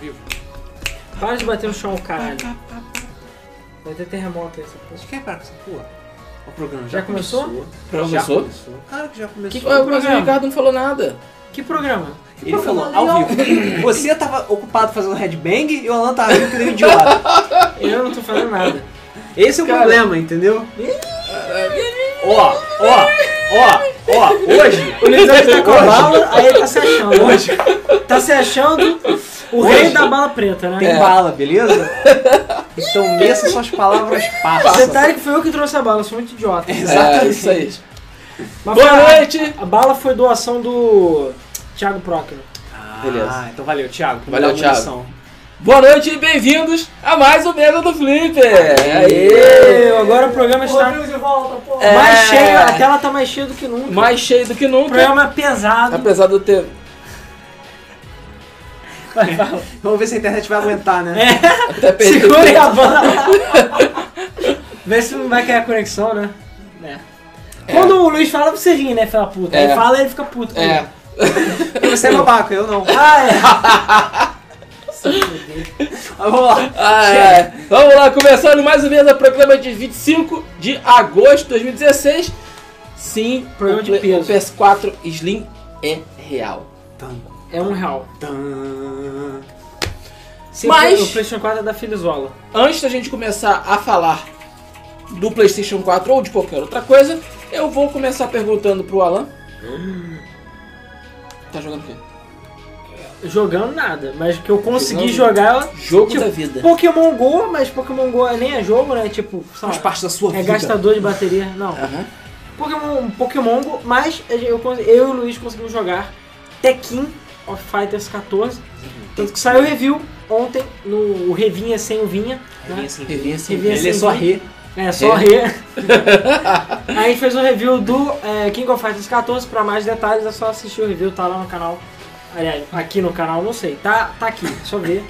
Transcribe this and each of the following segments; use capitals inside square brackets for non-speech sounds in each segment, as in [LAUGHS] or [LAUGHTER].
Vivo. Para de bater no chão, caralho. Vai ter terremoto aí, essa porra. Você quer parar com essa porra? O programa Já começou? Já Já começou? começou. Claro que já começou. que- Qual é o mas o programa? Ricardo não falou nada. Que programa? Ele falou ao vivo. Você tava ocupado fazendo headbang e o Alan tava vivo que nem um idiota. Eu não tô fazendo [LAUGHS] nada. Esse é o Cara. problema, entendeu? Ó, ó, ó, ó, hoje. O Lizard tá com a Hoje. bala, aí ele tá se achando. Hoje Tá se achando o rei da bala preta, né? tem bala, beleza? Então meça suas palavras passas. Detalhe que foi eu que trouxe a bala, eu sou muito idiota. É, isso aí. Mas foi Boa a- noite! A bala foi doação do Thiago Procno. Beleza. Ah, então valeu, Thiago. Valeu, pela Thiago. munição. Boa noite e bem-vindos a mais um Mesa do Flipper! Aê! Eu, agora o programa está É. mais cheio, a tela tá mais cheia do que nunca. Mais cheio do que O nunca, programa é pesado. apesar de eu ter... Vamos ver se a internet vai aguentar, né? É, Até perdido. segura a bala. Vê se não vai cair a conexão, né? Quando o Luiz fala, você ri, né, filha da puta? É. Ele fala e ele fica puto. É, Você é babaca, eu não. Ah, Mas vamos lá. Ah, é. Vamos lá, começando mais ou menos o programa de 25 de agosto de 2016. Sim, Programa o, de Play- peso. o PS4 Slim é real. Tan, é. É um real. tan. Sim, Mas- O PlayStation 4 é da Filizola. Antes da gente começar a falar do PlayStation 4 ou de qualquer outra coisa, eu vou começar perguntando pro Alan. Tá jogando o quê? Jogando nada, mas que eu consegui Jogando. jogar. Jogo Tipo, da vida. Pokémon Go, mas Pokémon Go nem é jogo, né? Tipo, sei lá, Faz parte da sua é vida. gastador de bateria. Não. Aham. Pokémon, Pokémon Go, mas eu, cons- eu e o Luiz conseguimos jogar Tekken of Fighters 14. Tanto que saiu o review ontem, no o Revinha sem o Vinha. Né? Revinha assim. Revinha Ele é só re. É, só re. [LAUGHS] Aí a gente fez um review do é, King of Fighters 14. Pra mais detalhes é só assistir o review, tá lá no canal. Aliás, aqui no canal, não sei. Tá, tá aqui, é só ver.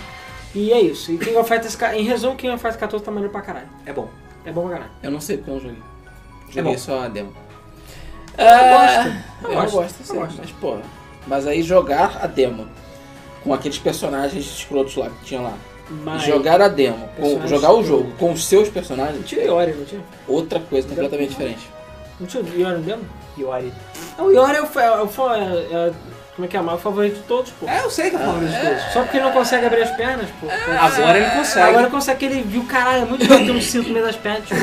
E é isso. E King of Fighters, ca- em resumo, King of Fighters 14 tá maneiro pra caralho. É bom. É bom pra caralho. Eu não sei porque eu não joguei. É Joguei bom. só a demo. Ah, gosto. Eu Eu gosto. gosto, eu sei, Eu gosto. mas pô. Mas aí jogar a demo com aqueles personagens escrotos lá que tinha lá. Mas... Jogar a demo, com, Personagens jogar o escrotos. jogo com os seus personagens, Tinha o Yori, não tinha? outra coisa completamente diferente. Não tinha o Yori no demo? Yori. O Yori é o, fa- é o fa- é- é- como é que é? O favorito de todos, pô. É, eu sei que é o favorito de todos. Só porque ele não consegue abrir as pernas, pô. Agora ele consegue. Agora consegue que ele viu, caralho, é muito bom ter um cinto no meio das pernas, tipo.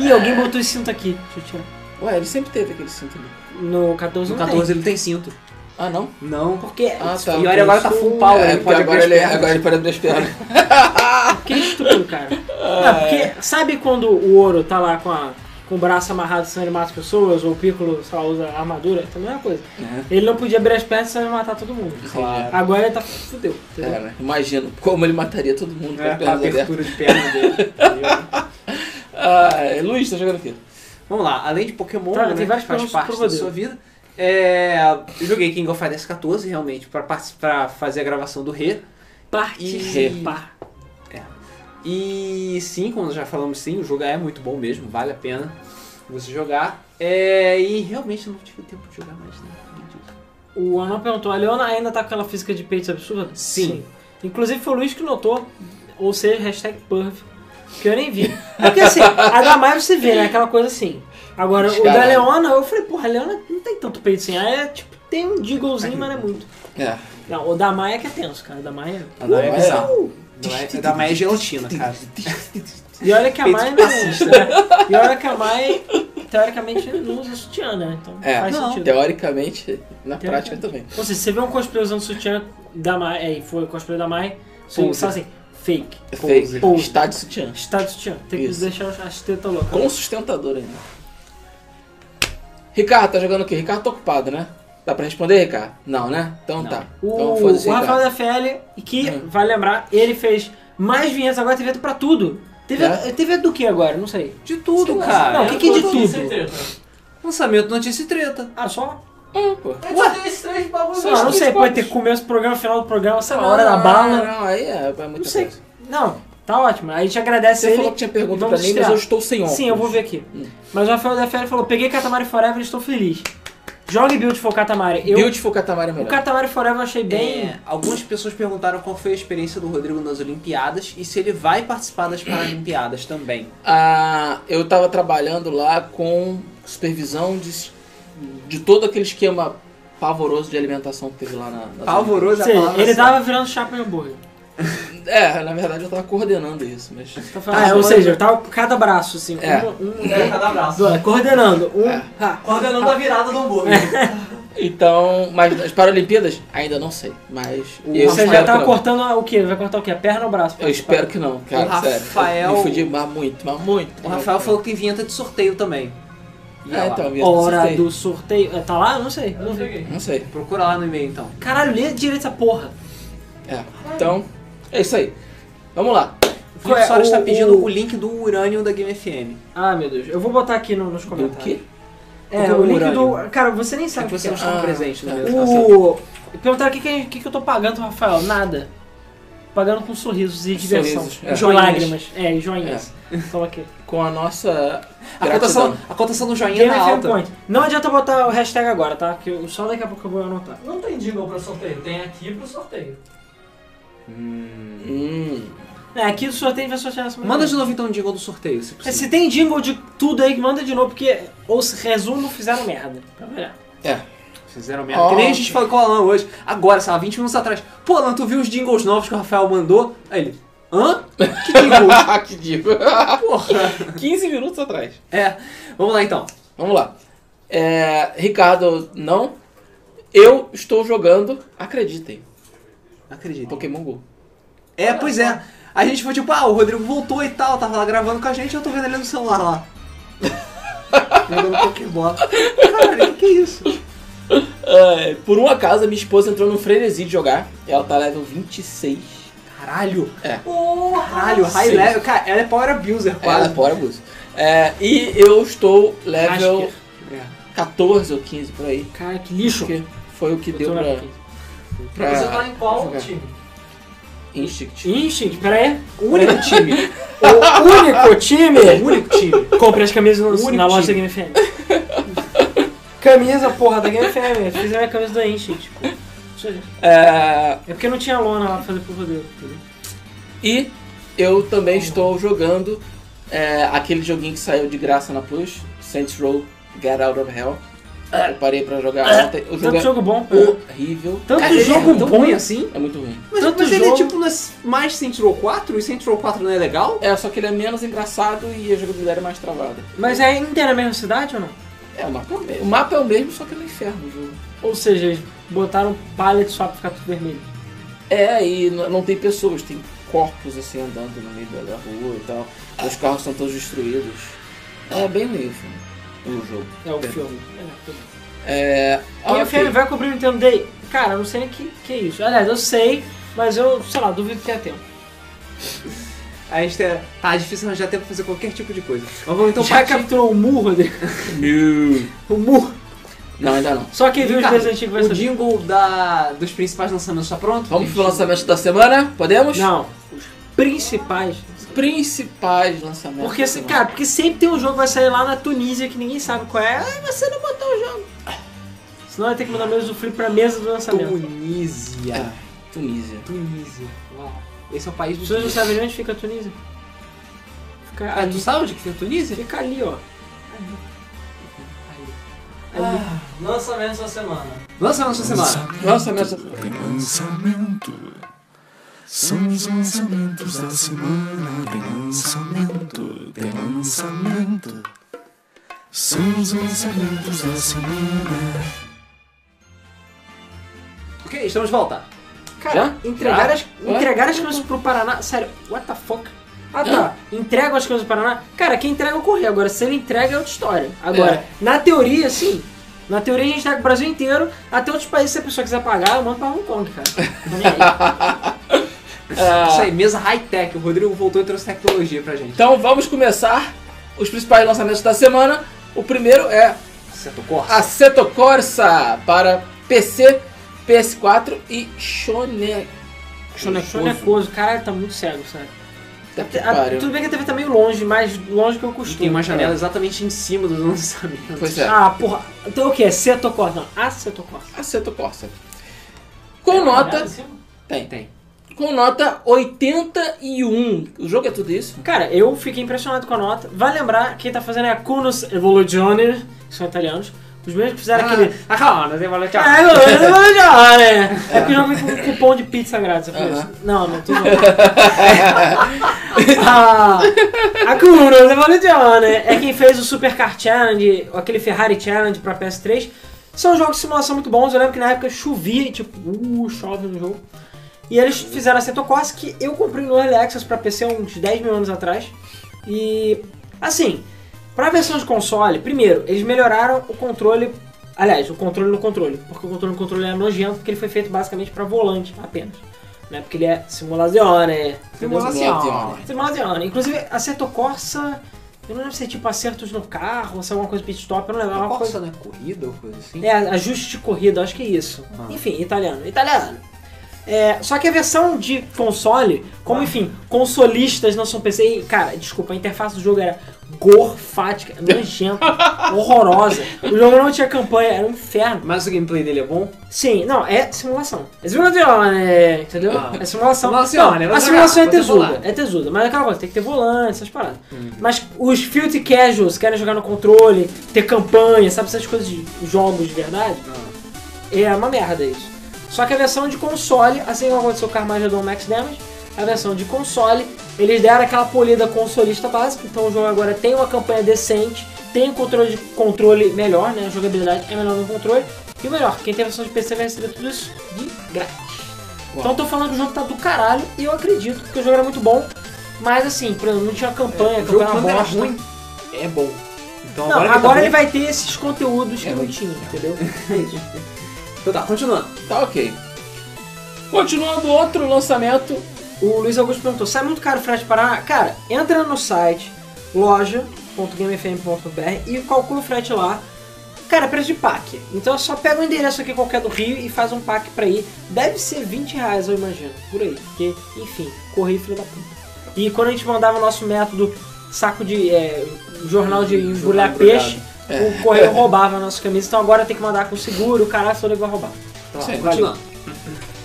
Ih, alguém botou esse cinto aqui. Deixa eu tirar. Ué, ele sempre teve aquele cinto ali. No 14 No não 14 tem. ele tem cinto. Ah, não? Não. Porque, Ah, tá. E olha, agora tá full power, É, ele porque pode agora, abrir as ele, pernas. agora ele pode abrir [LAUGHS] as pernas. porque é estúpido, [LAUGHS] cara. Não, porque sabe quando o ouro tá lá com, a- com o braço amarrado senão ele mata as pessoas, ou o Piccolo só usa armadura? Tá a mesma coisa. É. Ele não podia abrir as pernas senão ele matar todo mundo. Claro. Ah, Agora ele tá fudeu, entendeu? É, né? Imagino como ele mataria todo mundo com É, as a pernas abertas. abertura de perna dele. Ah, Luiz, tá jogando o quê? Vamos lá, além de Pokémon, Tá, né, tem vários que faz problemas parte pro da Rodrigo. sua vida, é, eu joguei King of Fighters 14 realmente pra, partic- pra fazer a gravação do Re. Participar. E sim, como nós já falamos, sim, o jogo é muito bom mesmo, vale a pena você jogar. É, e realmente eu não tive tempo de jogar mais, né? Além disso. O Anão perguntou, a Leona ainda tá com aquela física de peitos absurda? Sim. Inclusive foi o Luiz que notou, ou seja, hashtag perv, que eu nem vi. É Porque assim, a da Mario você vê, né? Aquela coisa assim. Agora, o da Caralho. Leona, eu falei, porra, a Leona não tem tanto peito assim. Aí é tipo, tem um digglezinho, mas não é muito. É. Não, o da Maia que é tenso, cara. O da Maia. A da Maia é Ué. bizarro. Não é- A da Maia é gelatina, [LAUGHS] cara. E olha que a Peito Maia não. né? E olha que a Maia, teoricamente, não usa sutiã, né? Então É, faz não. sentido. Teoricamente, na prática também. Ou seja, você vê um cosplay usando sutiã da Mai, aí foi o cosplay da Mai, você Pose. fala assim, fake. É Pose. fake. Pose. Está de sutiã. Está de sutiã. Tem que Isso. deixar as tetas loucas. Com sustentador ainda. Ricardo, tá jogando o quê? Ricardo tá ocupado, né? Dá pra responder, Ricardo? Não, né? Então tá. O, Então foda-se, Uh, o Rafael Ricardo. da FL, e que, Hum. vai lembrar, ele fez mais vinhetas, agora tem vinheta pra tudo. Teve, É? Ah, teve do que agora? Não sei. De tudo, Não, cara. o que, que é de tudo? Lançamento, notícia e treta. Ah, só? É, pô. Sei lá, não sei, pode ter começo do programa, final do programa, sei lá, hora da Não, bala. Não, aí é, é muita Não sei. coisa. Não, tá ótimo. A gente agradece Você ele. falou que tinha pergunta vamos pra mim, mas eu estrear. estou sem óculos. Sim, eu vou ver aqui. Hum. Mas o Rafael da FL falou, peguei Katamari Forever e estou feliz. Jogue Beautiful Katamari. Eu, Beautiful Katamari é o melhor. Katamari Forever eu achei bem. É, algumas pessoas perguntaram qual foi a experiência do Rodrigo nas Olimpíadas e se ele vai participar das Paralimpíadas também. Ah, eu estava trabalhando lá com supervisão de, de todo aquele esquema pavoroso de alimentação que teve lá na. nas Ou Pavoroso a seja, palavra. ele certa. tava virando chapa em hambúrguer. Olimpíadas. É, na verdade eu estava coordenando isso, mas. Tá Ah, falando, ou agora- seja, eu tava com cada braço, assim. um- É. Um, É, cada braço. dois, coordenando. Um. É. ha. Coordenando a virada do hambúrguer. Então, mas nas Paralimpíadas ainda não sei, mas O eu Você espero já que tava não. tá cortando o quê? Vai cortar o quê? A perna ou o braço? Eu espero que não, cara, O Rafael- sério. Eu Me fudi mas muito, mas muito. [LAUGHS] O Rafael falou que vinheta de sorteio também. E É, ela- então, eu Hora acertei. do sorteio. Ah, Tá lá? Eu Não sei. eu Não vi. Não sei. Procura lá no e-mail então. Caralho, lê direito essa porra. É. Então, é isso aí. Vamos lá. O Felipe é Ué, Soares está é o- pedindo o- o... link do Uranium da Game FM. tá Ah, meu Deus. Eu vou botar aqui no- nos Do comentários. quê? É, Do o link urânio. do. Cara, você nem É sabe que o que você é. não estava Ah, presente né, na tá. mesa passada. O... Perguntaram o que, que, que, que eu tô pagando pro Rafael. Nada. Pagando com sorrisos e diversão. Sorrisos, é. E Joinhas. lágrimas. É, e joinhas. Toma aqui. Com a nossa. A gratidão. cotação, a cotação do joinha Game tá FM alta. Point. Não adianta botar o hashtag agora, tá? Que eu, só daqui a pouco eu vou anotar. Não tem jingle pro sorteio, tem aqui pro sorteio. Hum. É, aqui o sorteio vai sortear essa Manda de novo então o jingle do sorteio, se É, possível. Se tem jingle de tudo aí, manda de novo, porque os resumo fizeram merda. Tá Pra variar. É. Fizeram merda. Ó. Que nem a gente falou com o Alan hoje. Agora, sei lá, 20 minutos atrás. Pô, Alan, tu viu os jingles novos que o Rafael mandou? Aí ele, hã? Que [LAUGHS] jingles? Ah, que diva. Porra. 15 minutos atrás. É, vamos lá então. Vamos lá. É, Ricardo, não. Eu estou jogando, acreditem, Acredito. Pokémon GO. É, pois é. A gente foi tipo, ah, o Rodrigo voltou e tal, tava lá gravando com a gente, eu tô vendo ele no celular [LAUGHS] lá. Jogando Pokébola. Caralho, que que é isso? É, por um acaso, a minha esposa entrou num frenesi de jogar. Ela tá level 26. Caralho. É. Caralho, high Sim. level. Cara, ela é power abuser Ela quase. é fora abuso. É, e eu estou level Acho É. 14 ou 15 por aí. Cara, que lixo. Porque foi o que Eu deu tô na- pra, pra Você tá em qual jogar. time? Instinct. Instinct, pera aí. O único time. O único O time. único time. Compre as camisas no, Único na loja da Game time. FM. Camisa, porra, da Game FM. Fizeram a camisa da Instinct. pô. Isso aí. É, É porque não tinha lona lá pra fazer pro Rodrigo. entendeu? e eu também Uhum. estou jogando é, aquele joguinho que saiu de graça na Plus, Saints Row Get Out of Hell. Eu parei pra jogar ontem. O jogo Tanto é jogo bom. horrível. Tanto Cara, ele jogo é tão bom. ruim assim? É muito ruim. Mas, Tanto mas ele é jogo. tipo nas, mais Saints Row 4 e Saints Row 4 não é legal? É, só que ele é menos engraçado e a jogabilidade é mais travada. Mas é inteira a mesma cidade ou não? É, o mapa é o mesmo. O mapa é o mesmo, só que é no inferno o jogo. Ou seja, eles botaram um pallet só pra ficar tudo vermelho. É, e n- não tem pessoas, tem corpos assim andando no meio da da rua e tal. Os carros são todos destruídos. É bem ruim o filme. O jogo. É o Perdão. filme. É. Ah, E ok. a FM vai cobrir o Nintendo Day? Cara, eu não sei nem que, que é isso. Aliás, eu sei, mas eu, sei lá, duvido que tenha tempo. A gente é, tá difícil arranjar tempo pra fazer qualquer tipo de coisa. Mas vamos então Então, Já partir. capturou o Mu, Rodrigo? Não. O Um murro. Não, ainda não. Só quem viu os Ricardo, desenhos antigos vai O saber. jingle da, dos principais lançamentos tá pronto? Vamos pro lançamento da semana? Podemos? Não, os principais. Os principais é lançamentos. Porque, da assim, semana. cara, porque sempre tem um jogo que vai sair lá na Tunísia que ninguém sabe qual é. Ai, você não botou o jogo. Senão vai ter que mandar menos do free pra mesa do lançamento. Tunísia. É, Tunísia. Tunísia. Uau. Esse é o país As do pessoas não sabem nem onde fica a Tunísia. Fica Ah, ali. tu sabe onde que tem a Tunísia? Fica ali, ó. Lançamentos da semana. Lança na sua semana. Lançamento da semana. [LAUGHS] Tem lançamento. São os lançamentos da semana. Tem lançamento. Tem lançamento. São os lançamentos da semana. Ok, estamos de volta. Cara, Já? entregar Já? as, Ué? entregar as coisas pro Paraná. Sério, what the fuck? Ah tá, entrega as coisas pro Paraná. Cara, quem entrega é o correio. Agora, se ele entrega é outra história. Agora, É. na teoria, sim. Na teoria a gente tá com o Brasil inteiro, até outros países, se a pessoa quiser pagar, eu mando pra Hong Kong, cara. Tá nem aí. É. Isso aí, mesa high-tech. O Rodrigo voltou e trouxe tecnologia pra gente. Então vamos começar os principais lançamentos da semana. O primeiro é Seto Corsa. Aceto Corsa para PC, PS4 e Shone... Shonecoso. né? Chonecoso, caralho, tá muito cego, sério. Puta que A- pariu. tudo bem que a TV tá meio longe, mais longe que eu E costumo. tem uma janela exatamente em cima dos lançamentos. Pois é. Ah, porra. Então o que? É Seto Corsa? Não, Aceto Corsa. Aceto Corsa. É Com nota. Tem. Tem. Com nota 81. O jogo é tudo isso? Cara, eu fiquei impressionado com a nota. Vai lembrar, quem tá fazendo é a Kunos Evoluzione, que são italianos. Os mesmos que fizeram aquele. Ah, calma, não tem valor tchau. Ah, Kunos Evoluzione! É porque o jogo vem com cupom de pizza grátis. eu falei Aham. isso. Não, não tô não. [LAUGHS] ah, a Kunos Evoluzione é quem fez o Super Car Challenge, aquele Ferrari Challenge pra PS3. São jogos de simulação muito bons. Eu lembro que na época chovia e tipo, uh, chove no jogo. E eles fizeram a Cetocorsa que eu comprei no Early Access pra PC uns 10 mil anos atrás. E, assim, pra versão de console, primeiro, eles melhoraram o controle. Aliás, o controle no controle. Porque o controle no controle é nojento, porque ele foi feito basicamente pra volante apenas. Né? Porque ele é simulazione. entendeu? Simulação. Simulazione. Inclusive, a Cetocorsa, eu não lembro se é tipo acertos no carro, ou se é alguma coisa pit stop, eu não lembro. é uma coisa- Corsa não é corrida ou coisa assim? é, ajuste de corrida, acho que é isso. Enfim, italiano. Italiano. É, só que a versão de console, como enfim, consolistas não são PC. E, cara, desculpa, a interface do jogo era gorfática, nojenta, horrorosa. O jogo não tinha campanha, era um inferno. Mas o gameplay dele é bom? Sim, não, é simulação. É simulação, né? Entendeu? Ah. É simulação. Simulação, né? não, a Você simulação é jogar, você tesuda. rolar. É tesuda. Mas é aquela coisa, tem que ter volante, essas paradas. Hum. Mas os filthy casuals querem jogar no controle, ter campanha, sabe? Essas coisas de jogos de verdade. Ah. É uma merda isso. Só que a versão de console, assim como aconteceu com o Armageddon Max Damage, a versão de console, eles deram aquela polida consolista básica, então o jogo agora tem uma campanha decente, tem um controle, de controle melhor, né? A jogabilidade é melhor no controle. E o melhor, quem tem a versão de PC vai receber tudo isso de grátis. Então eu tô falando que o jogo tá do caralho e eu acredito, porque o jogo era muito bom. Mas assim, por exemplo, não tinha campanha, É, campanha o jogo era quando uma era bosta. ruim, é bom. Então Não, agora, agora, que tá ele bom- vai ter esses conteúdos que É não ruim. tinha, entendeu? É isso. Então tá, continuando. Tá ok. Continuando, outro lançamento. O Luiz Augusto perguntou, sai muito caro o frete Pará? Cara, entra no site loja.gamefm.br e calcula o frete lá. Cara, é preço de pack. Então só pega um endereço aqui qualquer do Rio e faz um pack pra ir. Deve ser 20 reais, eu imagino, por aí. Porque, enfim, corri filho da puta. E quando a gente mandava o nosso método saco de é, jornal de embrulhar embrulhado. peixe, o correio roubava a nossa camisa. Então agora tem que mandar com seguro, o caralho todo vai roubar. Tá, Sim, continuando.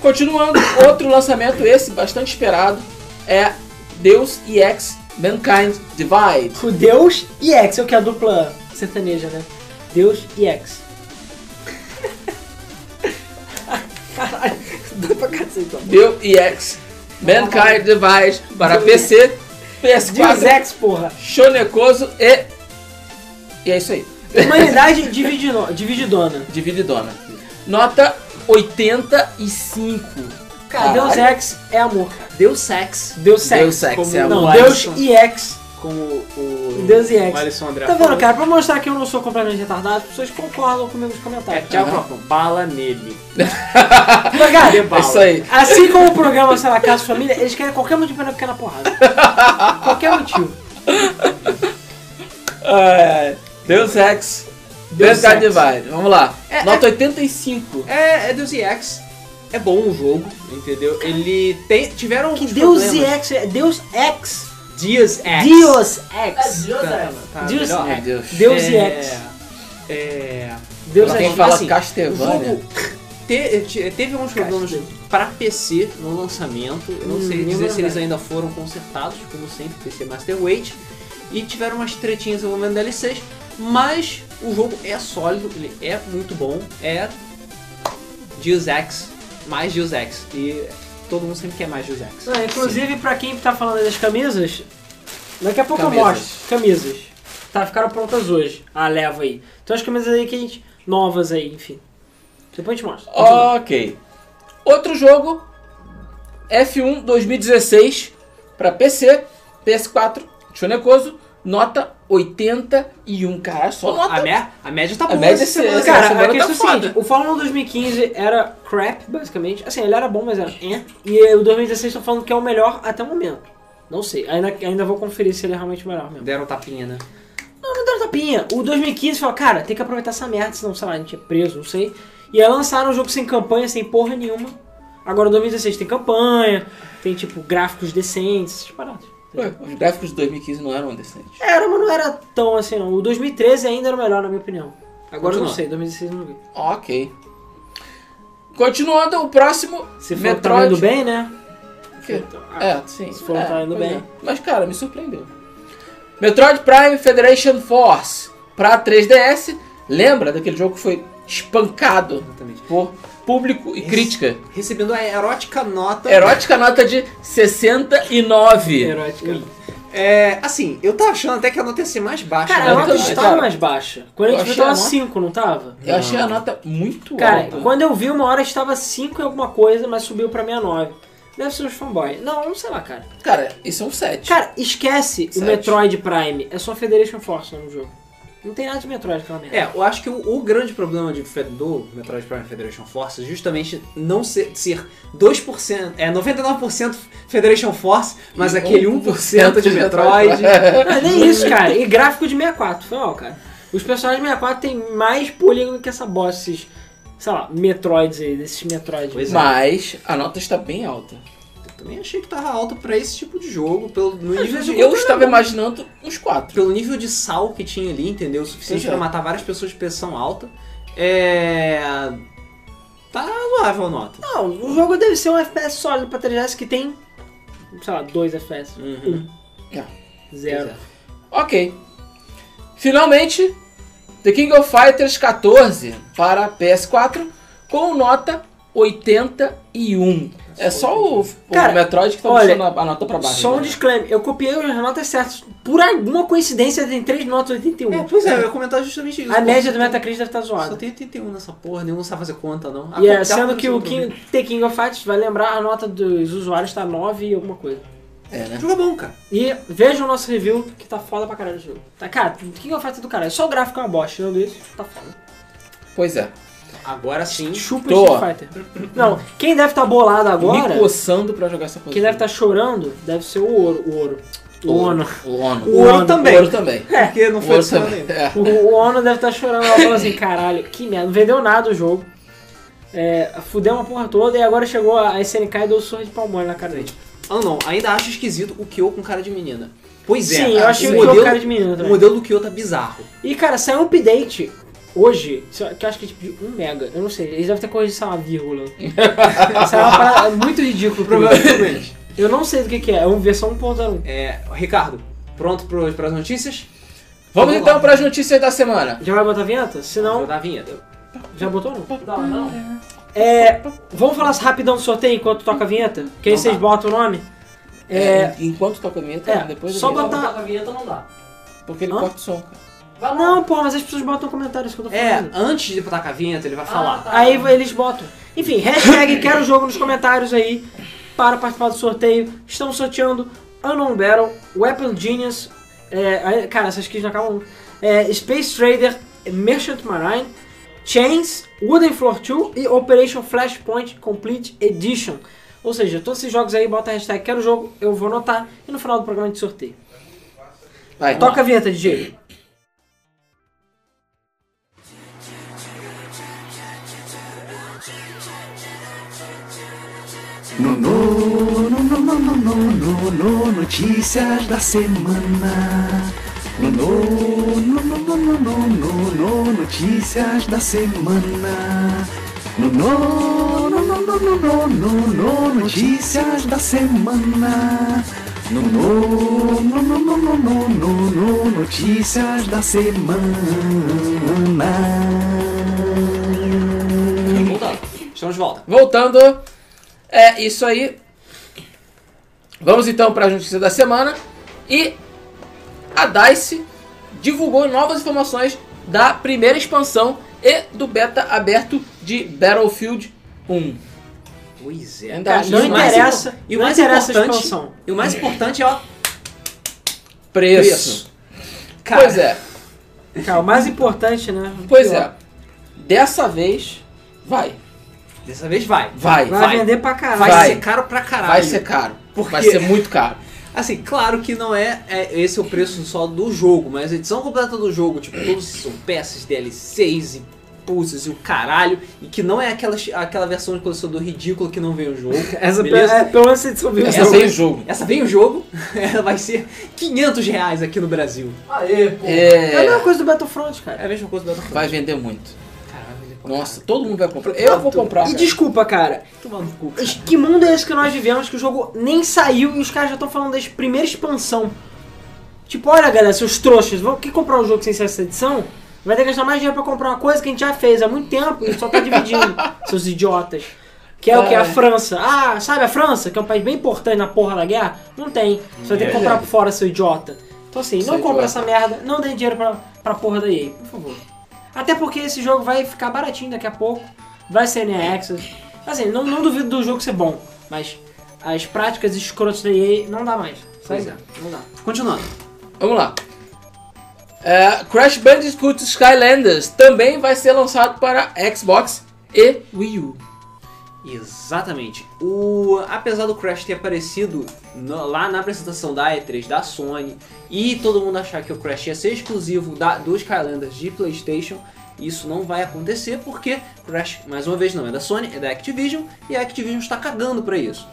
Continuando, [COUGHS] outro lançamento, esse bastante esperado, é Deus EX Mankind Divide. O Tipo, Deus e X, é o que é a dupla sertaneja, né? Deus e X. [LAUGHS] Caralho, dá pra cacete, ó. Deus EX Mankind Divide para PC, Deus PS4, X, porra. Shonekoso e. E é isso aí. Humanidade dividido- divididona. Divididona. Nota 85. Cara, Deus X é amor. Deu sex. Deus Sex. Deus Ex Como- é amor. Não, O Deus Alisson. e X. Como o. Deus e ex. O Alisson André Tá falou. vendo, cara? Pra mostrar que eu não sou completamente retardado, as pessoas concordam comigo nos É, comentários. Thiago falou, bala nele. Mas, cara, Dê É bala. isso aí. Assim como o programa, sei lá, Casa Família, eles querem qualquer um motivo pra não ficar é na porrada. Qualquer motivo. É, Deus Ex Deus Mankind Ex. Divide. Vamos lá. É, Nota 85. É, é Deus EX. É bom o jogo, entendeu? Ele tem. Tiveram Que alguns Deus e problemas. X é Deus X. Dias X. É, Deus X. Deus Tá, tá Deus melhor? Meu Deus. Deus e É, X. É. Deus Mas, Pra X. quem fala assim, O Castlevania. jogo te- te- teve alguns problemas para PC no lançamento. Eu não Hum, sei nem dizer se eles verdade. ainda foram consertados, como sempre, PC Master Weight. E tiveram umas tretinhas envolvendo DLCs. Mas o jogo é sólido, ele é muito bom. É Deus Ex, mais Deus Ex. E todo mundo sempre quer mais Deus Ex. Não, inclusive, pra quem tá falando aí das camisas, daqui a pouco eu Camisas. mostro. Camisas. Tá, ficaram prontas hoje. A leva aí. Então as camisas aí que a gente. Novas aí, enfim. Depois a gente mostra. Ok. Outro jogo, F1 2016, para PC, PS4, Chonecoso, nota 81. Caralho, só Pô, nota. a, mé- a média tá a boa. média essa é- semana, essa Cara, semana a questão tá é o seguinte, o Fórmula 1 2015 era crap, basicamente. Assim, ele era bom, mas era eh. E o 2016 estão falando que é o melhor até o momento. Não sei, ainda, ainda vou conferir se ele é realmente o melhor mesmo. Deram tapinha, né? Não, não deram tapinha. O 2015 falou, cara, tem que aproveitar essa merda, senão, sei lá, a gente é preso, não sei. E aí lançaram um jogo sem campanha, sem porra nenhuma. Agora o 2016 tem campanha, tem, tipo, gráficos decentes, essas paradas. Ué, os gráficos de 2015 não eram decentes. Era, mas não era tão assim não. O 2013 ainda era o melhor, na minha opinião. Agora eu não Continua. sei, 2016 eu não vi. Ok. Continuando, o próximo. Se for tá Metroid. indo bem, né? Então, Que- É, sim. Se for, é, Ah, tá indo pois bem. é. Mas, cara, me surpreendeu. Metroid Prime Federation Force pra 3DS. Lembra daquele jogo que foi espancado Exatamente. por público e Esse- crítica? Recebendo a erótica nota. Erótica nota de 69. Erótica. É, assim, eu tava achando até que a nota ia ser mais baixa. Cara, né? a eu nota também, estava cara. mais baixa. Quando a Eu gente viu, achei a tava nota- 5, não tava? Eu achei a nota muito Cara, alta. quando eu vi, uma hora estava 5 e alguma coisa, mas subiu pra 69. Deve ser os fanboys. Não, não sei lá, cara. Cara, isso é um 7. Cara, esquece Sete. o Metroid Prime. É só Federation Force no jogo. Não tem nada de Metroid, pelo menos. É, eu acho que o, o grande problema de, Fed- do Metroid Prime Federation Force é justamente não ser, ser 2%, é 99% Federation Force, mas E aquele 1% de Metroid. Não, é nem isso, cara. E gráfico de 64. Foi mal, cara. Os personagens de 64 têm mais polígono que essa boss, esses, sei lá, Metroids aí, desses Metroids. Pois é. Mas a nota está bem alta. É. Eu também achei que tava alto pra esse tipo de jogo, pelo, no nível vezes de, Eu estava imaginando uns 4. pelo nível de sal que tinha ali, entendeu? O suficiente Pois é. pra matar várias pessoas de pressão alta. É. Tá razoável a nota. Não, o jogo deve ser um FPS sólido pra 3DS que tem, sei lá, 2 FPS. Uhum. é. Zero. Ok. Finalmente, The King of Fighters 14 para PS4 com nota 81. É só o, o Cara, Metroid que tá olha, puxando a, a nota pra né? baixo. Só um disclaimer, eu copiei as notas certas. Por alguma coincidência, tem três notas 81. É, pois é, eu ia comentar justamente isso. A média do Metacritic deve estar Só zoada. tem 81 nessa porra, nenhum não sabe fazer conta, não. E é, conta- sendo que o conta- King, The King of Fighters vai lembrar, a nota dos usuários tá 9 e alguma coisa. É, né? O jogo é bom, cara. E veja o nosso review, que tá foda pra caralho o jogo. Tá, cara, o King of Fighters é do caralho. Só o gráfico é uma bosta, tirando isso, tá foda. Pois é. Agora sim. Chupa Tô. o Street Fighter. Não, quem deve tá bolado agora, Me coçando pra jogar essa coisa. quem deve tá chorando, deve ser o Ouro. O Ouro. O Ono. O Ono. O Ouro tá- Ono. também. É, O Ono também. Porque não O foi Ono adicionado também. ainda. É. O, o Ono deve estar chorando lá falando assim, caralho, que merda, não vendeu nada o jogo. É, fudeu uma porra toda e agora chegou a SNK e deu um sorriso de palmolho na cara dele. Ah, não. Ainda acho esquisito o Kyo com cara de menina. Pois é. Sim, eu cara, achei o o modelo, modelo, cara de menino O também. modelo do Kyo tá bizarro. E cara, saiu um update hoje, só- que eu acho que é tipo de 1 mega, eu não sei, eles devem ter corrigido, sei lá, uma vírgula. saiu uma parada muito ridículo pro Provavelmente. Eu não sei do que que é, é uma versão 1.1. [LAUGHS] é, Ricardo, pronto pro, pras notícias? Vamos lá. então para as notícias da semana. Já vai botar a vinheta? Se Vou não, dar a vinheta. já botou ou não? Não, não. É, vamos falar rapidão do sorteio enquanto toca a vinheta? Que aí Então vocês tá. botam o nome? É, É, enquanto toca a vinheta, É, depois eu só vejo. botar- a vinheta não dá. Porque ele Hã? corta o som, cara. Vai lá. Não, pô, mas as pessoas botam comentários que eu tô É, falando. antes de botar com a vinheta, ele vai falar. tá. Aí eles botam. Enfim, [COUGHS] hashtag quero o jogo nos comentários aí para participar do sorteio. Estamos sorteando Unknown Battle, Weapon Genius, é, aí- cara, essas skins não acabam nunca. É, Space Trader, Merchant Marine, Chains, Wooden Floor 2 e Operation Flashpoint Complete Edition. Ou seja, todos esses jogos aí, bota a hashtag quero o jogo, eu vou anotar e no final do programa de sorteio. Vai, Toca a vinheta, DJ. No, no, no, no, no, no, no, no, no, notícias da semana. No, no, no, no, no, no, no, no, no, notícias da semana. No, no, no, no, no, no, no, no, no, notícias da semana. No, no, no, no, no, no, no, no, no, notícias da semana. Voltando. Estamos de volta. Voltando, é isso aí. Vamos então para as notícias da semana. E a DICE divulgou novas informações da primeira expansão e do beta aberto de Battlefield 1. Pois é. Ainda Cara, acho Não e o mais interessa, impor- e o não mais interessa a importante- expansão. E o mais importante é o Preço. preço. Cara, Pois é, Cara, o mais importante, né? pois é. Dessa vez vai. Dessa vez vai. é. Vai. Vai, Vai. vender pra caralho. Vai, é. Vai. ser caro pra caralho. Vai ser caro. Por Vai quê? ser muito caro. Assim, claro que não é, é- esse é o preço só do jogo, mas a edição completa do jogo, tipo, todos são peças, DLCs e pulses e o caralho, e que não é aquela, aquela versão de colecionador ridículo que não vem o jogo. Essa pe- beleza? é, pelo menos você descobriu Essa Essa isso. veio o jogo. Essa vem o jogo, [LAUGHS] ela vai ser 500 reais aqui no Brasil. Aê, pô. É a É, mesma coisa do Battlefront, cara. É a mesma coisa do Battlefield. vai vender muito. Caralho, ele- é Nossa, todo mundo vai comprar. Eu vou comprar. E desculpa, cara. Tomando cu. cara. Que mundo é esse que nós vivemos que o jogo nem saiu e os caras já estão falando da primeira expansão? Tipo, olha, galera, seus trouxas, vão que comprar um jogo sem ser essa edição? Vai ter que gastar mais dinheiro pra comprar uma coisa que a gente já fez há muito tempo e só tá [LAUGHS] dividindo, seus idiotas. Que é o que? A Ai. França. Ah, sabe a França, que é um país bem importante na porra da guerra? Não tem. Você vai ter que comprar por fora, seu idiota. Então assim, Seu não compra idiota. essa merda, não dê dinheiro pra, pra porra da EA, por favor. Até porque esse jogo vai ficar baratinho daqui a pouco, vai ser EA Access. Assim, não, não duvido do jogo ser bom, mas as práticas escrotas da EA não dá mais. Pois é. Sabe? Não dá. Continuando. Vamos lá. É, Crash Bandicoot Skylanders também vai ser lançado para Xbox e Wii U. Exatamente. O, apesar do Crash ter aparecido no- lá na apresentação da E3 da Sony e todo mundo achar que o Crash ia ser exclusivo da, dos Skylanders de PlayStation, isso não vai acontecer porque Crash, mais uma vez, não é da Sony, é da Activision e a Activision está cagando pra [LAUGHS] isso.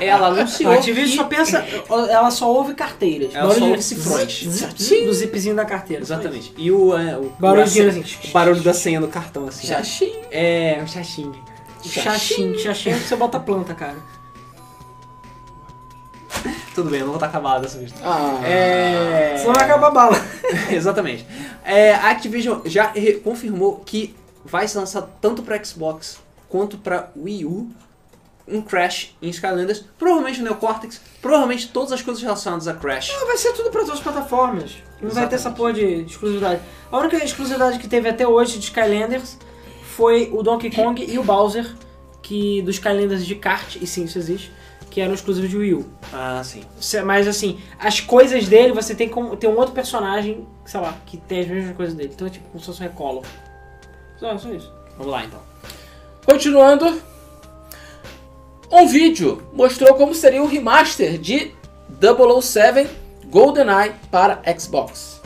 Ela anunciou. A Activision que- só pensa, ela só ouve carteiras. Ela Barulho só de- ouve cifrões. zip, Do zipzinho da carteira. [LAUGHS] Exatamente. E o, é, o, Barulho o- de dinheiro, assim. o barulho da senha no cartão, assim. Xaxim. É, um chachim. Xaxim, xaxim é que você bota planta, cara. Tudo bem, eu não vou estar acabado dessa vez. Ah, É. Senão vai acabar a bala. [LAUGHS] Exatamente. É, a Activision já re- confirmou que vai ser lançado tanto para Xbox quanto para Wii U um Crash em Skylanders, provavelmente o Neo Cortex, provavelmente todas as coisas relacionadas a Crash. Vai ser tudo para todas as plataformas. Não vai Exatamente. ter essa porra de exclusividade. A única exclusividade que teve até hoje de Skylanders foi o Donkey Kong e o Bowser, que dos Skylanders de kart, e sim, isso existe, que eram exclusivos de Wii U. Ah, sim. Se- Mas assim, as coisas dele você tem como ter um outro personagem, sei lá, que tem as mesmas coisas dele. Então é tipo como se fosse um recolo. Só, só isso. Vamos lá então. Continuando. Um vídeo mostrou como seria o remaster de 007 GoldenEye para Xbox.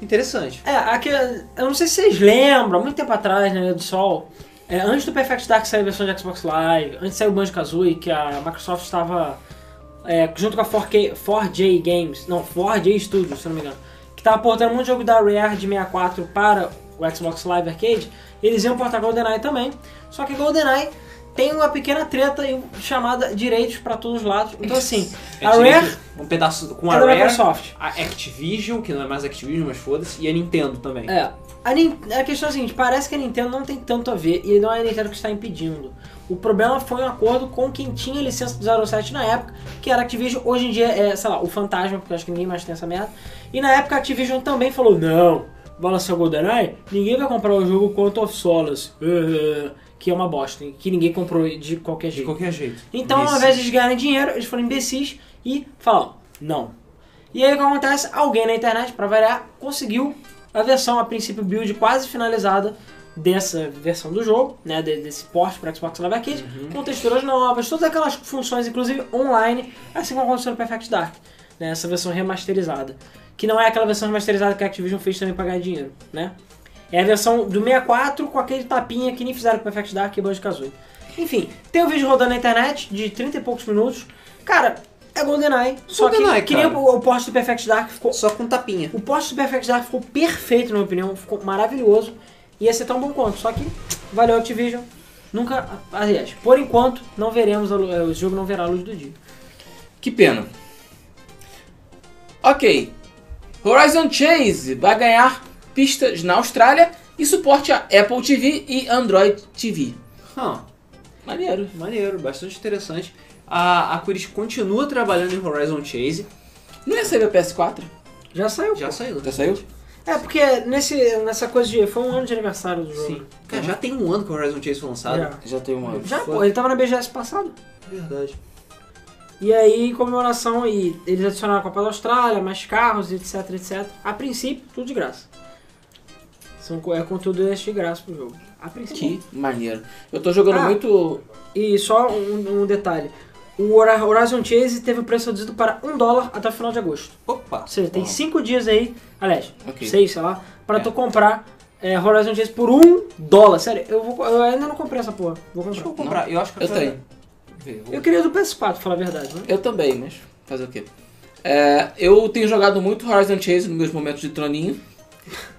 Interessante. É, aqui, eu não sei se vocês lembram, há muito tempo atrás, na Ilha do Sol, é, antes do Perfect Dark sair a versão de Xbox Live, antes de sair o Banjo-Kazooie, que a Microsoft estava é, junto com a 4K, 4J Games, não, 4J Studios, se não me engano, que estava portando muito jogo da Rare de 64 para o Xbox Live Arcade, eles iam portar GoldenEye também, só que GoldenEye tem uma pequena treta e um chamada direitos para todos os lados, então assim, É a direito- Rare Um pedaço com é a da Rare, Microsoft. a Activision, que não é mais Activision, mas foda-se, e a Nintendo também. É. A, Nin- a questão é a seguinte, parece que a Nintendo não tem tanto a ver e não é a Nintendo que está impedindo. O problema foi um acordo com quem tinha a licença do 07 na época, que era a Activision, hoje em dia é, sei lá, o Fantasma, porque eu acho que ninguém mais tem essa merda. E na época a Activision também falou, não, vai lançar o GoldenEye, ninguém vai comprar o jogo Quantum of Solace, [LAUGHS] eh, que é uma bosta, que ninguém comprou de qualquer De jeito. qualquer jeito. Então, ao invés de eles ganharem dinheiro, eles foram imbecis e falaram, não. E aí o que acontece? Alguém na internet, pra variar, conseguiu a versão, a princípio, build quase finalizada dessa versão do jogo, né, de- desse port para Xbox Live Arcade, com texturas novas, todas aquelas funções, inclusive online, assim como aconteceu no Perfect Dark, né, essa versão remasterizada, que não é aquela versão remasterizada que a Activision fez também pra ganhar dinheiro, né? É a versão do 64 com aquele tapinha que nem fizeram com o Perfect Dark e Banjo-Kazooie. Enfim, tem um vídeo rodando na internet de 30 e poucos minutos. Cara, é GoldenEye, só GoldenEye, que, que nem cara. o, o post do Perfect Dark ficou Só com tapinha. o post do Perfect Dark ficou perfeito, na minha opinião, ficou maravilhoso. Ia ser tão bom quanto, só que valeu Activision. Nunca, aliás, por enquanto, não veremos, a lu- eh, o jogo não verá a luz do dia. Que pena. Ok. Horizon Chase vai ganhar pistas na Austrália e suporte a Apple TV e Android TV. Hum. Maneiro. Maneiro, bastante interessante. A, a Quiris continua trabalhando em Horizon Chase. Não ia sair o PS4? Já saiu. Já saiu. Já saiu? É, porque nesse, nessa coisa de. Foi um ano de aniversário do jogo. Sim. Cara, já tem um ano que o Horizon Chase foi lançado. Já. Já tem uma. Já, pô, ele tava na BGS passado. Verdade. E aí, em comemoração, e eles adicionaram a Copa da Austrália, mais carros, etc, etc. A princípio, tudo de graça. São, co- é conteúdo extra de graça pro jogo. A princípio. Que maneiro. Eu tô jogando Ah. muito. E só um, um detalhe. O Hora- Horizon Chase teve o preço reduzido para um dólar até o final de agosto. Opa! Ou seja, tem cinco dias aí, aliás, Ok. seis, sei lá, para É. tu comprar é, Horizon Chase por um dólar. Sério, eu, vou- eu ainda não comprei essa porra. Vou Acho que eu comprar. vou comprar. Eu acho que Eu quero- tenho. Vê, vou- Eu queria do PS4, pra falar a verdade, né? Eu também, mas fazer o quê? É, eu tenho jogado muito Horizon Chase nos meus momentos de troninho.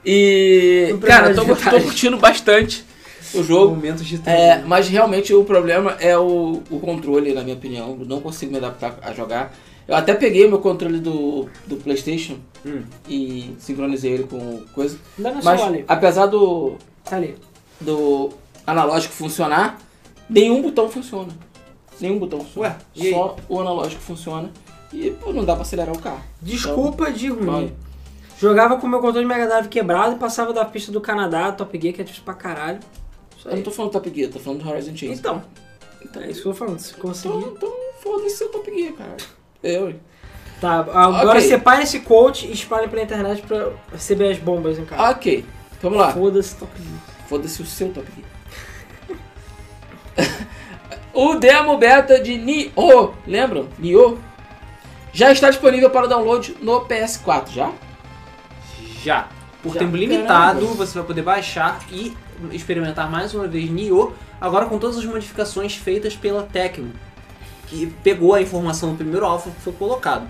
E, No primeiro cara, eu tô, de tô tarde. curtindo bastante o jogo. Momentos de É, transição. mas realmente o problema é o, o controle, na minha opinião. Eu não consigo me adaptar a jogar. Eu até peguei meu controle do, do PlayStation Hum. e sincronizei ele com o coisa. Ainda não Mas sou ali. apesar do, Tá ali. do analógico funcionar, nenhum botão funciona. Nenhum botão funciona. Ué, e aí? Só o analógico funciona. E pô, não dá pra acelerar o carro. Desculpa Então, de ruim. Vai. Jogava com o meu controle de Mega Drive quebrado e passava da pista do Canadá, Top Gear, que é difícil pra caralho. Isso Eu não aí. tô falando Top Gear, Então, tô falando do Horizon Chase. Então, então, é isso que eu tô falando. Se Então, conseguir. então foda-se o Top Gear, cara. Eu. Tá, agora Ok. separe esse coach e espalhe pela internet pra receber as bombas em casa. Ok, vamos lá. Foda-se, Top Gear. Foda-se o seu Top Gear. [LAUGHS] o demo beta de Nioh, lembram? Nioh? Já está disponível para download no PS4, já? Já. Por Já. tempo limitado, Caramba. você vai poder baixar e experimentar mais uma vez Nioh, agora com todas as modificações feitas pela Tecmo, que pegou a informação do primeiro alpha que foi colocado.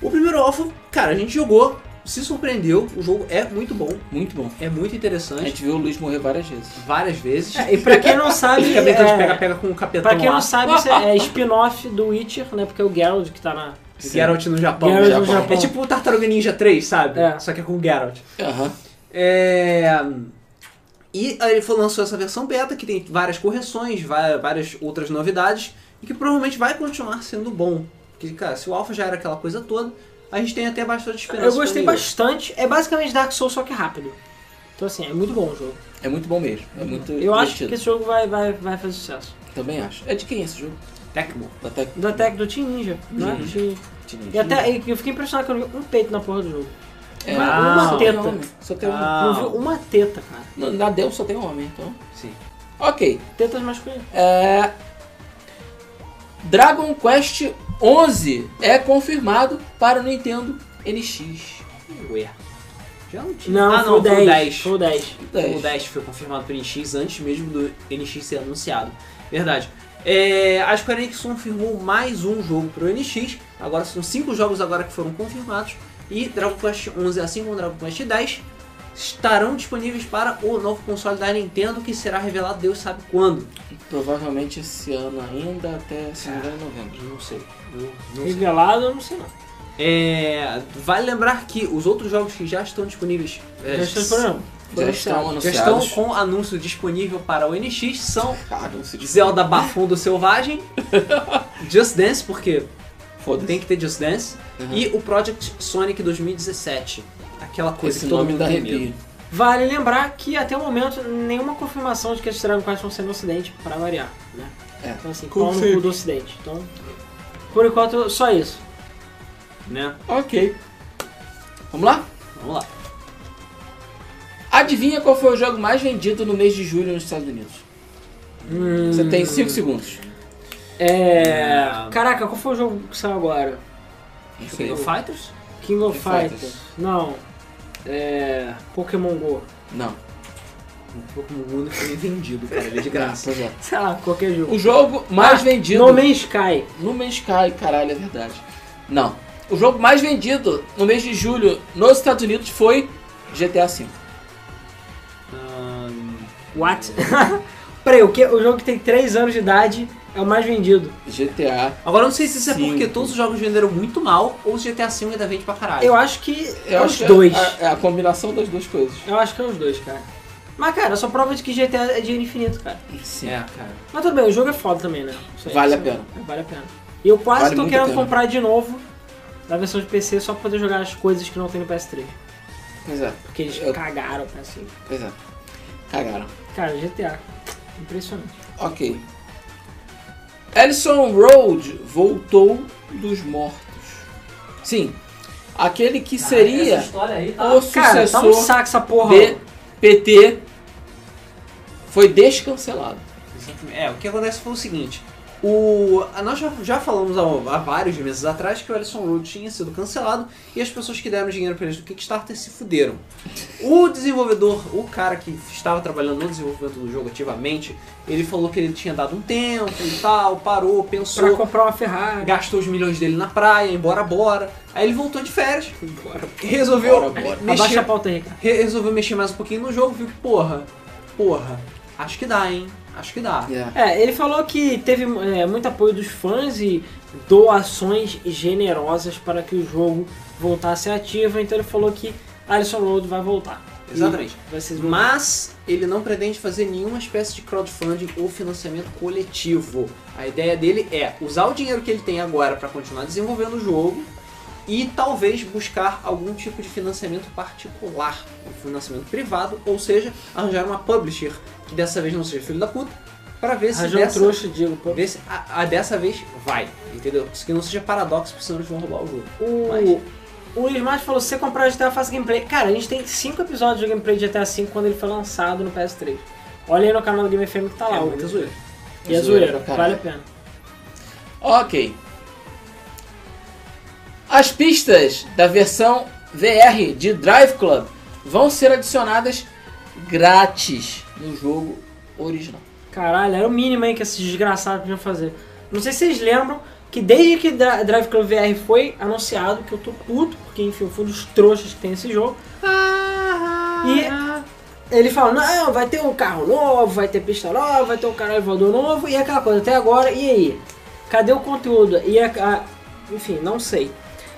O primeiro alpha, cara, a gente jogou, se surpreendeu, o jogo é muito bom, Muito bom. é muito A interessante, gente viu o Luiz morrer várias vezes. várias vezes. É, e pra quem [LAUGHS] não sabe. Fica brincando de é, pega-pega com um o capetão Pra quem lá. não sabe, isso é é spin-off do Witcher, né? Porque é o Geralt que tá na. Geralt no Japão. Geralt no É Japão. tipo o Tartaruga Ninja 3, sabe? É. Só que é com o Geralt. Aham. É... E aí ele falou- lançou essa versão beta que tem várias correções, va- várias outras novidades e que provavelmente vai continuar sendo bom. Porque, cara, se o Alpha já era aquela coisa toda, a gente tem até bastante esperança. Eu gostei pra ele. bastante. É basicamente Dark Souls, só que rápido. Então, assim, é muito bom o jogo. É muito bom mesmo. É muito Eu acho que divertido. esse jogo vai, vai, vai fazer sucesso. Também acho. É de quem esse jogo? Tecmo. Da Tec... Da Tech do Team Ninja, né? Uhum. Team- Teenage. E até e eu fiquei impressionado que eu não vi um peito na porra do jogo. É, uma só teta. tem homem. Só tem um homem. Ah. Não vi uma teta, cara. Na- Na Deus só tem homem, então. Sim. Ok. Tetas masculinas. É... Dragon Quest 11 é confirmado para o Nintendo NX. Ué. Já não tinha. Não, ah, foi o não, 10. foi o 10. Foi o 10. O 10 foi confirmado pelo NX antes mesmo do NX ser anunciado. Verdade. É, a Square Enix confirmou mais um jogo para o NX. Agora são cinco jogos agora que foram confirmados. E Dragon Quest 11, assim como Dragon Quest 10, estarão disponíveis para o novo console da Nintendo, que será revelado Deus sabe quando. Provavelmente esse ano ainda, até se não me engano, novembro. Não sei. Eu não sei. Revelado, eu não sei não. É, vale lembrar que os outros jogos que já estão disponíveis... é, Já estou esperando. Já estão já anunciados. estão com anúncio disponível para o NX são Cagam se diz. Zelda Bafundo Selvagem, Just Dance, porque tem Foda-se. que ter Just Dance, Uhum. e o Project Sonic 2017. Aquela coisa Esse que todo nome mundo da tem medo. arrepio. Vale lembrar que até o momento nenhuma confirmação de que esses Dragon Quest vão ser um no ocidente, pra variar, né? É. Então assim, Como qual no sempre. cu do ocidente. Então, por enquanto, só isso. Né? Ok. Vamos lá? Vamos lá. Adivinha qual foi o jogo mais vendido no mês de julho nos Estados Unidos? Hum. Você tem Hum. 5 segundos. É... Caraca, qual foi o jogo que saiu agora? Não sei. King of Fighters? King of King of Fighters. Não. É... Pokémon GO. [LAUGHS] Não. O mundo foi vendido, cara. Ele é [LAUGHS] de graça. Pois é. Sei lá, qualquer jogo. O jogo mais vendido. Ah, No Man's Sky. No mês Sky, caralho, é verdade. Não. O jogo mais vendido no mês de julho nos Estados Unidos foi GTA V. Ah, What? [LAUGHS] Peraí, o, que, o jogo que tem 3 anos de idade é o mais vendido. GTA. Agora eu não sei se isso é Cinco. porque todos os jogos venderam muito mal ou se GTA V ainda vende pra caralho. Eu acho que Eu é acho os que é dois. A, é a combinação das duas coisas. Eu acho que é os dois, cara. Mas, cara, só prova de que GTA é dinheiro infinito, cara. Sim. É, cara. Mas tudo bem, o jogo é foda também, né? Isso aí, Vale isso a pena. aí, Vale a pena. E eu quase Vale tô muito a querendo pena. comprar de novo na versão de PC só pra poder jogar as coisas que não tem no PS3. Pois é, Porque eles Eu- cagaram o PS3. pois é. Cagaram. Cara, GTA. Impressionante. Ok. Ellison Road voltou dos mortos. Sim. Aquele que seria Essa história aí tá... o Ah, Cara, tá um sucessor saco essa porra. de PT foi descancelado. É, o que acontece foi o seguinte: O, a- nós já, já falamos há, há vários meses atrás que o Ellison Road tinha sido cancelado e as pessoas que deram dinheiro para eles do Kickstarter se fuderam. O desenvolvedor, o cara que estava trabalhando no desenvolvimento do jogo ativamente, ele falou que ele tinha dado um tempo e tal, parou, Pra pensou, comprar uma Ferrari. gastou os milhões dele na praia, embora bora. Aí ele voltou de férias, resolveu Bora, bora. mexer Abaixa a pauta aí, Ricardo. Re- resolveu mexer mais um pouquinho no jogo, viu que porra, porra, acho que dá, hein? Acho que dá. Yeah. É, ele falou que teve é, muito apoio dos fãs e doações generosas para que o jogo voltasse ativo, então ele falou que Alison Road vai voltar. Exatamente. E Vai ser Mas ele não pretende fazer nenhuma espécie de crowdfunding ou financiamento coletivo. A ideia dele é usar o dinheiro que ele tem agora para continuar desenvolvendo o jogo e talvez buscar algum tipo de financiamento particular, um financiamento privado, ou seja, arranjar uma publisher que dessa vez não seja filho da puta, para ver se Arranjou um dessa, trouxa, Diego. Pô. ver se a, a dessa vez vai, entendeu? Se que não seja paradoxo, porque senão eles vão roubar o jogo. O, Mas- o Luiz Martins falou, se você comprar GTA, faça gameplay. Cara, a gente tem 5 episódios de gameplay de GTA V quando ele foi lançado no PS3. Olha aí no canal do Game FM que tá lá. É o- muita zoeira. E é Zoeira zoeira, pra vale caralho. a pena. Ok. As pistas da versão VR de Drive Club vão ser adicionadas grátis no jogo original. Caralho, era o mínimo aí que esses desgraçados podiam fazer. Não sei se vocês lembram que desde que Dra- Drive Club VR foi anunciado, que eu tô puto, porque enfim, eu fui um dos trouxas que tem esse jogo. E ele fala, não, vai ter um carro novo, vai ter pista nova, vai ter um caralho voador novo, e aquela coisa, até agora, e aí? Cadê o conteúdo? E a, a- enfim, não sei.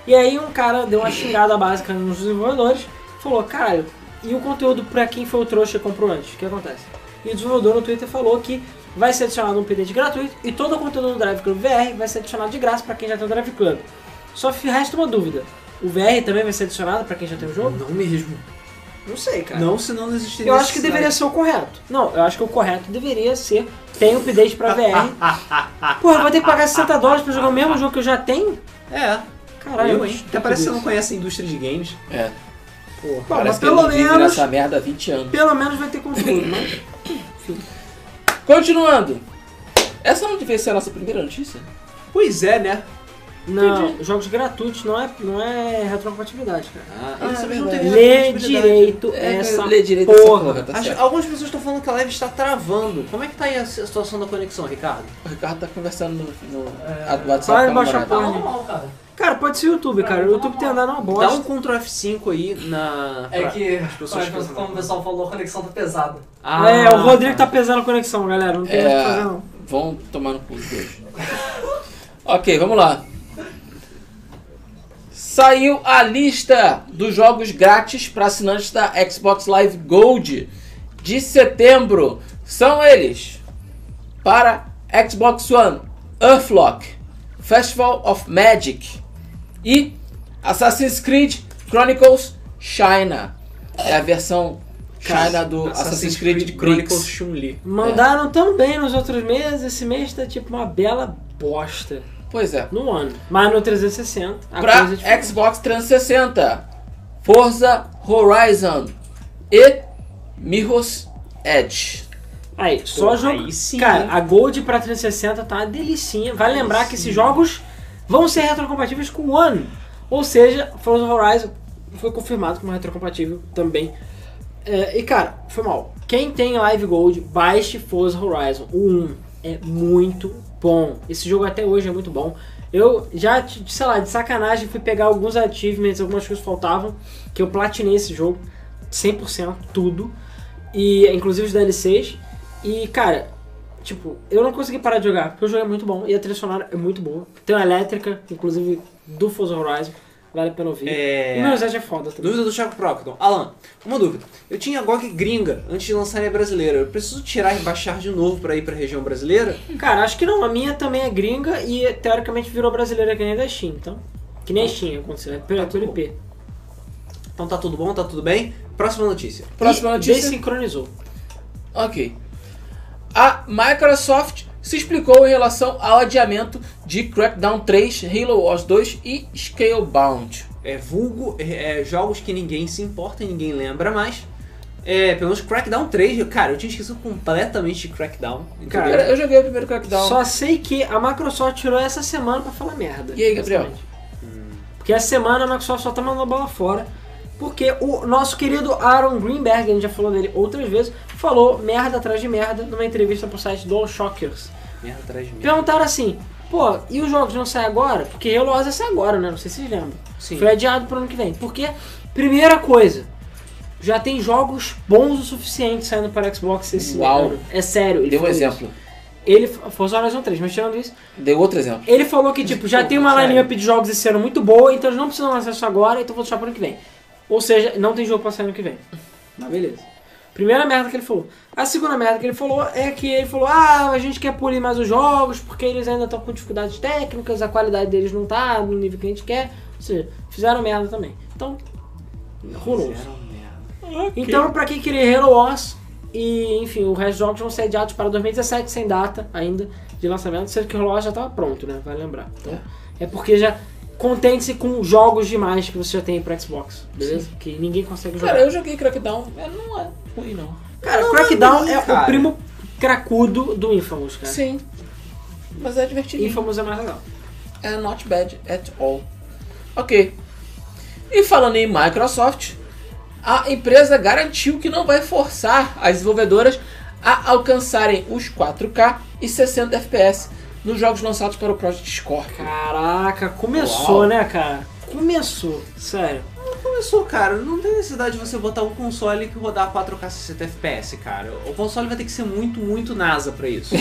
E aí um cara deu uma xingada básica nos desenvolvedores, falou, caralho, e o conteúdo pra quem foi o trouxa e comprou antes? O que acontece? E o desenvolvedor no Twitter falou que vai ser adicionado um update gratuito e todo o conteúdo do Drive Club VR vai ser adicionado de graça pra quem já tem o Drive Club. Só f- resta uma dúvida. O VR também vai ser adicionado pra quem já tem o jogo? Não mesmo. Não sei, cara. Não, senão não existiria Eu acho que deveria ser o correto. Não, eu acho que o correto deveria ser tem update pra [LAUGHS] VR. Porra, eu vou ter que pagar 60 dólares pra jogar o mesmo jogo que eu já tenho? É, Caralho, eu, hein? Até parece que você não conhece a indústria de games. É, Porra, mas parece que pelo eles vivem menos, nessa merda há 20 anos. pelo menos vai ter conteúdo, né? Continuando. Essa não devia ser a nossa primeira notícia? Pois é, né? Não, jogos gratuitos não é, não é retrocompatibilidade, cara. Ah, Ah, eles é também não têm verdade. Lê responsabilidade. direito É, essa lê direito essa porra. porra, tá Acho- certo. algumas pessoas estão falando que a live está travando. Como é que tá aí a situação da conexão, Ricardo? O Ricardo tá conversando no, no É. a- WhatsApp Vai com a baixar a namorada. Tá porra. normal, cara. Cara, pode ser o YouTube, cara. O YouTube tem andado uma Tá Dá um bosta. Ctrl F5 aí na. É pra- que, as pessoas olha, que- como o pessoal falou, a conexão tá pesada. Ah, é, o Rodrigo tá pesando a conexão, galera. Não tem o que fazer, não. É, vão tomar no cu os dois. ok, vamos lá. Saiu a lista dos jogos grátis para assinantes da Xbox Live Gold de setembro. São eles: para Xbox One, Earthlock, Festival of Magic e Assassin's Creed Chronicles China. É a versão China do Assassin's Creed tá. Chronicles Chronicles. Chun-Li. Mandaram tão bem nos outros meses, esse mês tá tipo uma bela bosta Pois é. no ano. Mas no 360, a para coisa é diferente. Xbox 360, Forza Horizon e Mirror's Edge. Aí, só Pô, jogo. aí sim, Cara, hein? a Gold pra 360 tá uma delicinha. Vale lembrar que esses jogos vão ser retrocompatíveis com o One. Ou seja, Forza Horizon foi confirmado como retrocompatível também. É, e cara, foi mal. Quem tem Live Gold, baixe Forza Horizon. O 1 é muito bom. Esse jogo até hoje é muito bom. Eu já, t- sei lá, de sacanagem fui pegar alguns achievements, algumas coisas faltavam, que eu platinei esse jogo 100%, tudo. E inclusive os DLCs. E cara, tipo, eu não consegui parar de jogar, porque o jogo é muito bom e a trilha sonora é muito boa. Tem uma elétrica, inclusive do Forza Horizon, vale a pena ouvir. É. E meu Zed é foda também. Dúvida do Thiago Procton. Alan, uma dúvida. Eu tinha GOG gringa antes de lançarem a brasileira. Eu preciso tirar e baixar de novo pra ir pra região brasileira? Cara, acho que não. A minha também é gringa e teoricamente virou brasileira que nem a da Steam, então. Que nem a Steam aconteceu, é pelo pelo IP. Então tá tudo bom, tá tudo bem? Próxima notícia. Próxima e notícia. Desincronizou. Ok. A Microsoft se explicou em relação ao adiamento de Crackdown 3, Halo Wars 2 e Scalebound. É vulgo, é, é, jogos que ninguém se importa e ninguém lembra mais. É, pelo menos Crackdown 3, cara, eu tinha esquecido completamente de Crackdown. entendeu? Cara, Cara, eu joguei o primeiro Crackdown. Só sei que a Microsoft tirou essa semana pra falar merda. E aí, Gabriel? Basicamente. Porque essa semana a Microsoft só tá mandando bola fora. Porque o nosso querido Aaron Greenberg, a gente já falou dele outras vezes, falou merda atrás de merda numa entrevista pro site do Shockers. merda atrás de merda. Perguntaram assim, pô, e os jogos não saem agora? Porque Halo Wars sai agora, né? Não sei se vocês lembram. Sim. Foi adiado pro ano que vem. Porque, primeira coisa, já tem jogos bons o suficiente saindo para Xbox esse Uau. ano. É sério. ele Deu um falou isso. exemplo. Ele, Forza Horizon 3, mas tirando isso, Deu outro exemplo. ele falou que, tipo, já tem uma sério. lineup de jogos esse ano muito boa, então eles não precisam lançar isso agora, então vou deixar pro ano que vem. Ou seja, não tem jogo pra sair ano que vem. Tá, Mas beleza. Primeira merda que ele falou. A segunda merda que ele falou é que ele falou: ah, a gente quer polir mais os jogos porque eles ainda estão com dificuldades técnicas, a qualidade deles não tá no nível que a gente quer. Ou seja, fizeram merda também. Então, horroroso. Fizeram merda. Então, pra quem querer Halo Wars e, enfim, o resto dos jogos vão ser adiados para 2017, sem data ainda de lançamento, sendo que o Halo Wars já tava pronto, né? Vai lembrar. Então, é, porque já contente-se com jogos demais que você já tem pro Xbox, beleza? Que ninguém consegue jogar. Cara, eu joguei Crackdown. É, Não é ruim, não. Cara, Crackdown não, é cara. o primo cracudo do Infamous, cara. Sim. Mas é divertido. Infamous é mais legal. É not bad at all. Ok. E falando em Microsoft, a empresa garantiu que não vai forçar as desenvolvedoras a alcançarem os 4K e 60 FPS nos jogos lançados para o Project Scorpio. Caraca, começou, Uau. né, cara? Começou, sério. Começou, cara. Não tem necessidade de você botar um console que rodar 4K 60 FPS, cara. O console vai ter que ser muito, muito NASA [LAUGHS] pra isso.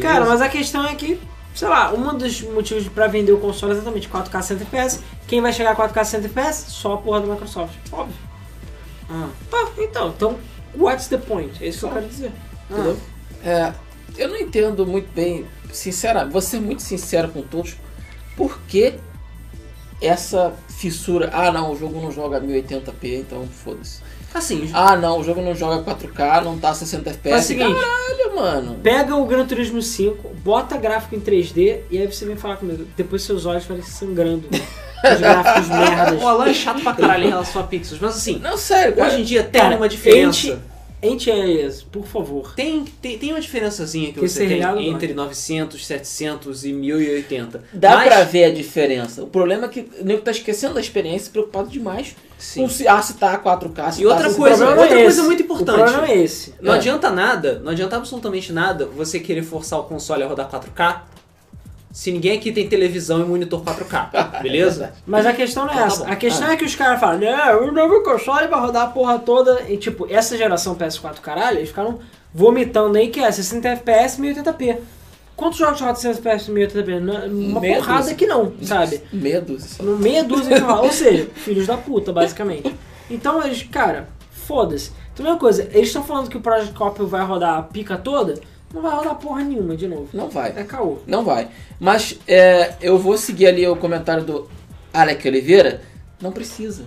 Cara, mas a questão é que, sei lá, um dos motivos pra vender o console é exatamente 4K 100 FPS. Quem vai chegar a 4K 100 FPS? Só a porra da Microsoft. Óbvio. Ah. Tá, então, então, what's the point? É isso que eu Só. quero dizer. Entendeu? É, eu não entendo muito bem, sinceramente, vou ser muito sincero com todos, por que essa fissura? Ah, não, o jogo não joga 1080p, então foda-se. Assim, Ah, não, o jogo não joga 4K, não tá 60 FPS. Faz o seguinte. Caralho, mano. Pega o Gran Turismo 5, bota gráfico em 3D e aí você vem falar comigo. Depois seus olhos vão [LAUGHS] sangrando. Os gráficos merdas. o Alan é chato pra caralho em relação a pixels, mas assim, Não, sério, cara. hoje em dia tem Cara, uma diferença. ente- Anti-alias, por favor. Tem, tem, tem uma diferençazinha que, Que você tem seriado entre 900, 700 e 1080. Dá mas, pra ver a diferença. O problema é que o nego tá esquecendo da experiência, preocupado demais Sim. um com se, ah, se tá 4K, se E tá outra 60. coisa, O problema outra é coisa esse. muito importante. O problema é esse. Não É. adianta nada, não adianta absolutamente nada você querer forçar o console a rodar 4K se ninguém aqui tem televisão e [LAUGHS] monitor É 4K, beleza? Mas a questão não é Então tá essa. bom. a questão é que os caras falam, né, o novo console vai rodar a porra toda. E tipo, essa geração PS4, caralho, eles ficaram vomitando aí que é 60 FPS 1080p. Quantos jogos rodam 60 FPS 1080p? Não, Uma Meia porrada é dúzia. que não, sabe? Medo. só. No meia dúzia que rola. Ou [LAUGHS] seja, filhos da puta, basicamente. Então eles, cara, foda-se. Então, a mesma coisa, eles estão falando que o Project Copio vai rodar a pica toda, não vai rodar porra nenhuma de novo. Não vai. É caô. Não vai. Mas é, eu vou seguir ali o comentário do Alec Oliveira. Não precisa.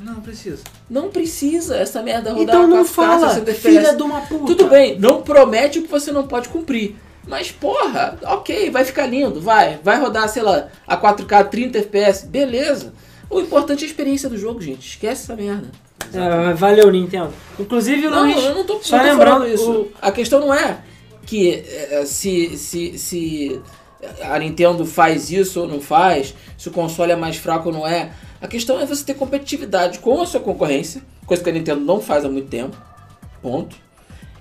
Não, precisa. Não precisa essa merda rodar Então não 4K, fala, 60 FPS. filha de uma puta. Tudo bem, não promete o que você não pode cumprir. Mas porra, ok, vai ficar lindo, vai. Vai rodar, sei lá, a 4K 30 FPS, beleza. O importante é a experiência do jogo, gente. Esquece essa merda. É, valeu, Nintendo. Inclusive, Não, Luiz, eu não tô, só não tô lembrando falando isso. A questão não é que é, é, se, se, se a Nintendo faz isso ou não faz, se o console é mais fraco ou não é. A questão é você ter competitividade com a sua concorrência, coisa que a Nintendo não faz há muito tempo, ponto.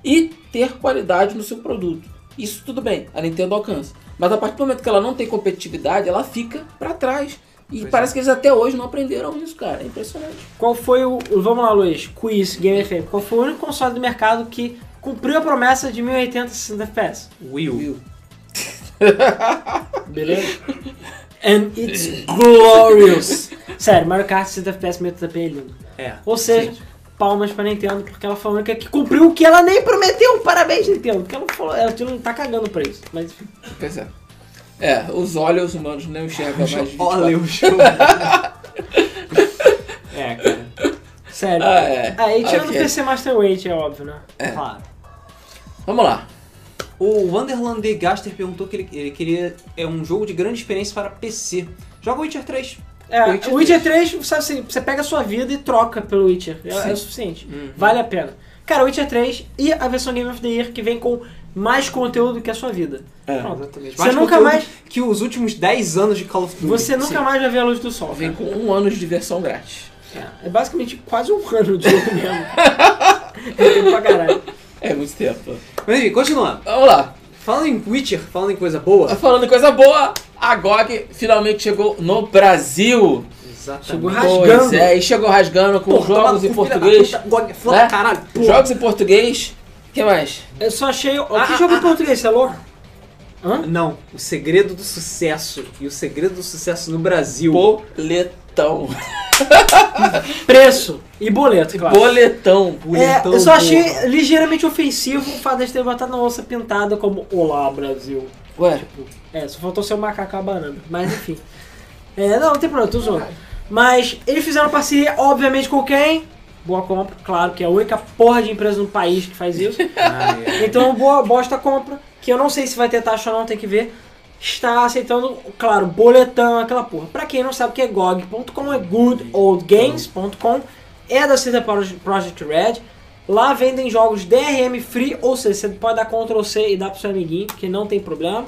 E ter qualidade no seu produto. Isso tudo bem, a Nintendo alcança. Mas a partir do momento que ela não tem competitividade, ela fica pra trás. E Pois é. parece que eles até hoje não aprenderam isso, cara. É impressionante. Qual foi o. Vamos lá, Luiz. Quiz, Game FM. Qual foi o único console do mercado que cumpriu a promessa de 1080 a 60 FPS? Will. Beleza? And it's [LAUGHS] glorious. Sério, Mario Kart 60 FPS 1080p é lindo. É. Ou seja, sim. palmas pra Nintendo, porque ela foi a única que cumpriu o que ela nem prometeu. Parabéns, Nintendo. Porque ela não falou. Ela não tá cagando pra isso. Mas enfim. Pois é. É, os olhos humanos não enxergam um mais de [LAUGHS] 24. Olha um o show. é, cara. Sério. Ah, é. Aí tirando o Ok. PC Master Race, é óbvio, né? Claro. Vamos lá. O Wanderland de Gaster perguntou que ele, ele queria é um jogo de grande experiência para PC. Joga Witcher 3. É, O Witcher o Witcher 3, sabe assim, você pega a sua vida e troca pelo Witcher. É, é o suficiente. Uhum. Vale a pena. Cara, o Witcher 3 e a versão Game of the Year que vem com mais conteúdo que a sua vida. Pronto. É. Exatamente. Você Mais nunca conteúdo mais- Que os últimos 10 anos de Call of Duty. Você nunca mais vai ver a luz do sol. Vem cara. com um ano de diversão grátis. É, é basicamente quase um ano de jogo mesmo. [LAUGHS] É tempo pra caralho. É muito tempo. Mas enfim, continuando. Vamos lá. Tá Falando em Witcher, falando em coisa boa. Falando em coisa boa, a GOG finalmente chegou no Brasil. Exatamente. Chegou Pois rasgando. é, e chegou rasgando com jogos em português. Foda né? caralho. Pô. Jogos em português. O que mais? Eu só achei. Ó, Ah, que ah, jogo ah, em português? Você é louco? Hã? Não, o segredo do sucesso e o segredo do sucesso no Brasil. Boletão. Preço e boleto, claro. Boletão. É, Boletão, eu só achei porra. ligeiramente ofensivo o fato de ter botado na onça pintada como Olá Brasil. Ué, É, só faltou ser um macaco e uma banana. Mas enfim. É, não, não tem problema, tô zoando. Mas eles fizeram parceria, obviamente, com quem? Boa Compra, claro, que é a única porra de empresa no país que faz isso. Ah, é. Então, boa bosta compra, que eu não sei se vai ter taxa ou não, tem que ver. Está aceitando, claro, boletão, aquela porra. Pra quem não sabe o que é GOG.com, é goodoldgames.com, é da CD Pro- Project Red. Lá vendem jogos DRM free, ou seja, você pode dar Ctrl C e dar pro seu amiguinho, que não tem problema.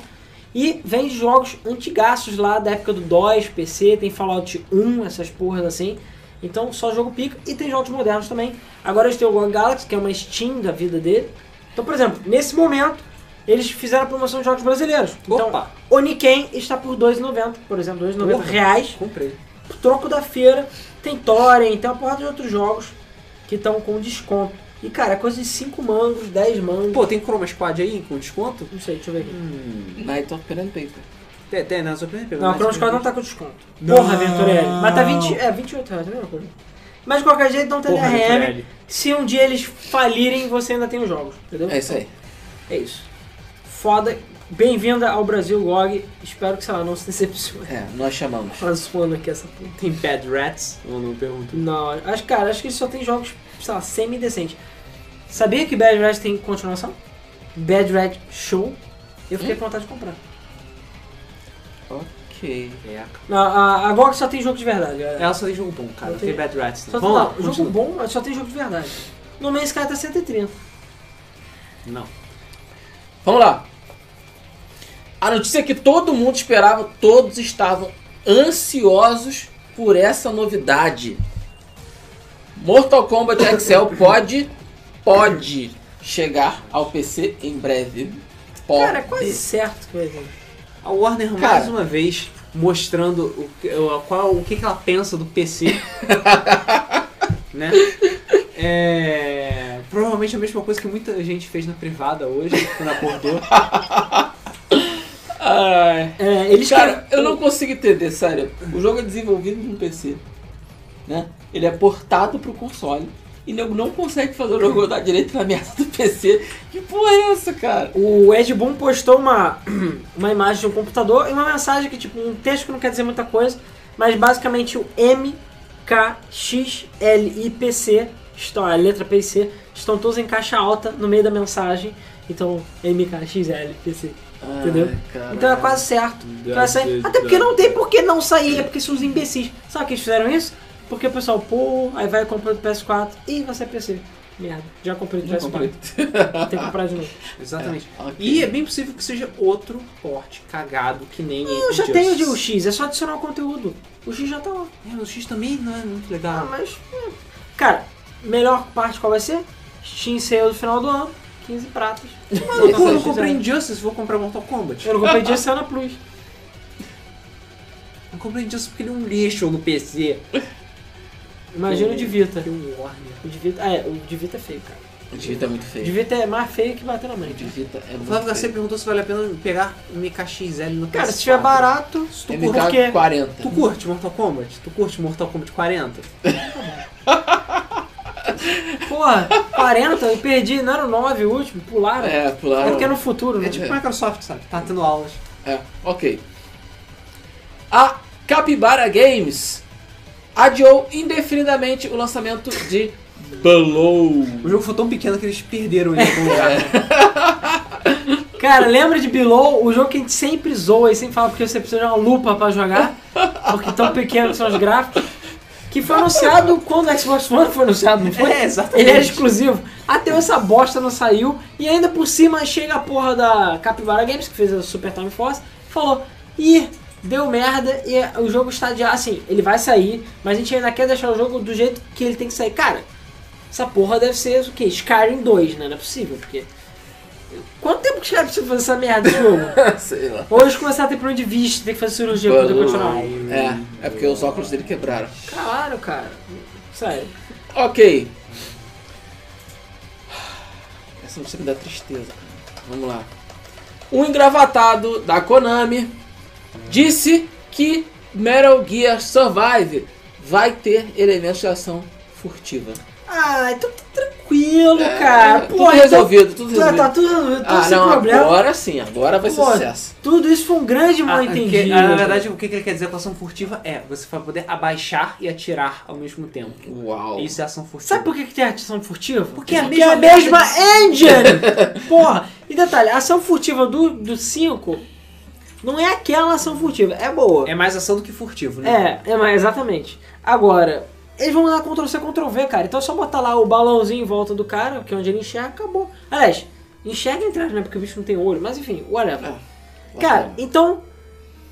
E vende jogos antigaços lá da época do DOS, PC, tem Fallout 1, essas porras assim. Então só jogo pica e tem jogos modernos também. Agora eles têm o GOG Galaxy, que é uma Steam da vida dele. Então, por exemplo, nesse momento, eles fizeram a promoção de jogos brasileiros. Então, Opa. o Niken está por R$2,90, por exemplo, R$2,90 Porra. reais. Comprei. Troco da feira, tem Thorin, tem uma porrada de outros jogos que estão com desconto. E, cara, é coisa de 5 mangos, 10 mangos. Pô, tem Chroma Squad aí com desconto? Não sei, deixa eu ver aqui. Night of Pen and Paper. Tem, tem, não, só pra pegar. Não, a mais Chrono um. Squad não tá com desconto. Não. Porra, Venturelli. Mas tá 20, é, 28 reais, é a mesma coisa. Mas de qualquer jeito não tem Porra, DRM. Venturelli. Se um dia eles falirem, você ainda tem os jogos, entendeu? É isso aí. É isso. Foda. Bem-vinda ao Brasil GOG. Espero que, sei lá, não se decepcione. [LAUGHS] É, nós chamamos. Transpondo aqui essa porra. Tem Bad Rats? Eu não pergunto. Não, acho, cara, acho que só tem jogos, sei lá, semi-decentes. Sabia que Bad Red tem continuação? Bad Red Show. Eu fiquei Hum? com vontade de comprar. Ok. É. Não, a, a GOG só tem jogo de verdade, é. galera. Ela só tem jogo bom, cara. Eu Não tem tenho- Bad Rats. Só, não, Não. Vamos lá, jogo continua. bom, mas só tem jogo de verdade. No Man's Sky tá 130. Não. Vamos lá. A notícia é que todo mundo esperava, todos estavam ansiosos por essa novidade. Mortal Kombat Excel [LAUGHS] pode, pode chegar ao PC em breve. Pode. Cara, é quase certo que vai vir. A Warner mais Cara. uma vez mostrando o, que- o- qual, o que, que ela pensa do [LAUGHS] PC. né? É, provavelmente a mesma coisa que muita gente fez na privada hoje, [LAUGHS] quando acordou. Ai. É, eles Cara, querem- eu não consigo entender, sério. O jogo é desenvolvido no PC, né? Ele é portado pro console e nego não consegue fazer o jogo rodar direito na merda do PC. Que porra é essa, cara? O Ed Boon postou uma, [CLEARS THROAT] uma imagem de um computador e uma mensagem que, tipo, um texto que não quer dizer muita coisa, mas basicamente o MKXLIPC, estão, a letra PC, estão todos em caixa alta no meio da mensagem. Então, MKXLPC. Entendeu? Então é quase certo. que vai sair. Até porque não tem por que não sair, é porque são os imbecis. Sabe que eles fizeram isso? Porque o pessoal, pô, aí vai comprar do PS4 e vai ser PC. Merda, já comprei do Já PS4. [LAUGHS] Tem que comprar de [LAUGHS] novo. Exatamente. Ok. E é bem possível que seja outro porte cagado que nem Eu já tenho de o X, é só adicionar o conteúdo. O X já tá lá. É, o X também não é muito Ah, legal. mas. hum. Cara, melhor parte qual vai ser? Steam Sale do final do ano, 15 [LAUGHS] pratas. Mano, pô, eu não Nossa, comprei X, Injustice, vou comprar Mortal Kombat. Eu não comprei de Sana Plus. Eu não comprei Injustice porque ele é um lixo no PC. Imagina o de Vita. Que um Warner. O de Vita. Ah, é, o de Vita é feio, cara. O Divita é muito O feio. de Vita é mais feio que bater na mãe. O Divita O é muito Flávio Garcia feio. perguntou se vale a pena pegar MKXL no Cara, PS4. se tiver barato, se tu tá curte, porque. MK 40. Tu curte Mortal Kombat? Tu curte Mortal Kombat 40? [LAUGHS] Porra, 40, eu perdi, não era o 9 o último, pularam. É, É, pularam. porque é no futuro, né? É tipo Microsoft, sabe? Tá tendo aulas. É, ok. A Capybara Games adiou indefinidamente o lançamento de Below. O jogo foi tão pequeno que eles perderam ele [LAUGHS] em algum Ah, lugar. Cara, lembra de Below, o jogo que a gente sempre zoa e sempre fala porque você precisa de uma lupa pra jogar? porque tão pequenos são os gráficos, que foi anunciado quando o Xbox One foi anunciado, não foi? É, exatamente. Ele era exclusivo. Até essa bosta não saiu. E ainda por cima chega a porra da Capivara Games, que fez a Super Time Force, falou: Ih, deu merda e o jogo está de. Assim, ele vai sair, mas a gente ainda quer deixar o jogo do jeito que ele tem que sair. Cara, essa porra deve ser o quê? Skyrim 2, né? Não é possível, porque. Quanto tempo que os caras precisam fazer essa merda de jogo? [LAUGHS] Sei lá. Hoje começar a ter problema de vista, tem que fazer cirurgia pra poder continuar. É, é porque os óculos dele quebraram. Claro, cara. Sério. Ok. Essa música me dá tristeza. cara. Vamos lá. Um engravatado da Konami disse que Metal Gear Survive vai ter elementos de ação furtiva. Ah, então tá tranquilo, É, cara. tudo Pô, então- resolvido, tudo tá, resolvido. tá tudo resolvido, tá ah, sem não, problema. agora sim, agora vai ser Pô, sucesso. Tudo isso foi um grande mal Ah, que- entendido. ah, na verdade, o que que ele quer dizer com ação furtiva é você vai poder abaixar e atirar ao mesmo tempo. Uau. Isso é ação furtiva. Sabe por que, que tem ação furtiva? Porque é a Porque é a mesma mesma [LAUGHS] engine! Porra! E detalhe, a ação furtiva do 5 do cinco não é aquela ação furtiva, é boa. É mais ação do que furtivo, né? É, é, mas exatamente. Agora, eles vão lá Ctrl C, Ctrl V, cara. Então é só botar lá o balãozinho em volta do cara, que é onde ele enxerga, acabou. Aliás, enxerga entre aspas, né? Porque o bicho não tem olho, mas enfim, É, tá whatever. cara, então,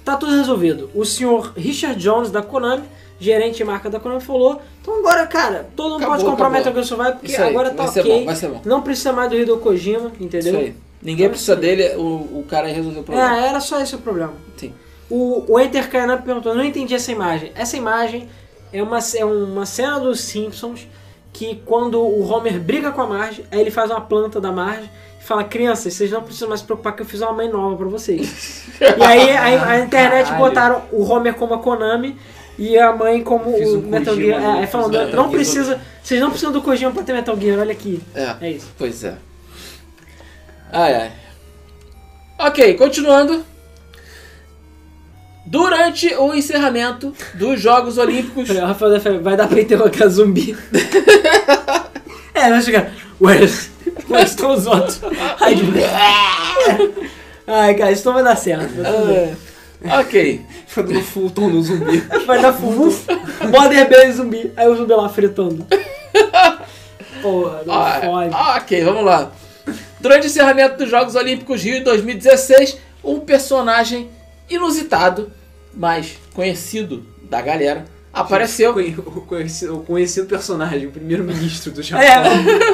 tá tudo resolvido. O senhor Richard Jones da Konami, gerente de marca da Konami, falou. Então agora, cara, todo mundo Acabou, pode comprar acabou. Metal Gear Survive, porque Isso aí, agora tá vai ser ok. bom, vai ser bom. Não precisa mais do Hideo Kojima, Isso entendeu? aí. Ninguém precisa dele, o, o cara resolveu o problema. É, era só esse o problema. Sim. O, o Enter Kainan perguntou, não entendi essa imagem. Essa imagem é uma, é uma cena dos Simpsons que quando o Homer briga com a Marge, aí ele faz uma planta da Marge e fala, crianças, vocês não precisam mais se preocupar que eu fiz uma mãe nova pra vocês. e aí a, a internet Caralho. botaram o Homer como a Konami e a mãe como Fiz o um Metal Kojima, Gear. É, né? aí falando, Fiz um não Metal Gear. precisa, vocês não precisam do Kojima pra ter Metal Gear, olha aqui. É. É isso. Pois é. Ai, ai. Ok, continuando. Durante o encerramento dos Jogos [LAUGHS] Olímpicos. O Rafael da Fé, "Ah, vai dar pra interrogar zumbi. [LAUGHS] é, vai chegar. Where's, where's estão os outros? Ai, de- tipo, "É." Ai, cara, isso não vai dar certo. mas tudo bem. Ah, ok. Jogando Fulton no zumbi. [LAUGHS] Vai dar fufu. Modern Baby zumbi. Aí o zumbi é lá fritando. Porra, não Ah, fode. ok, vamos lá. Durante o encerramento dos Jogos Olímpicos Rio 2016, um personagem inusitado, mas conhecido da galera, apareceu. O conhecido, o conhecido personagem, o primeiro-ministro do Japão. É,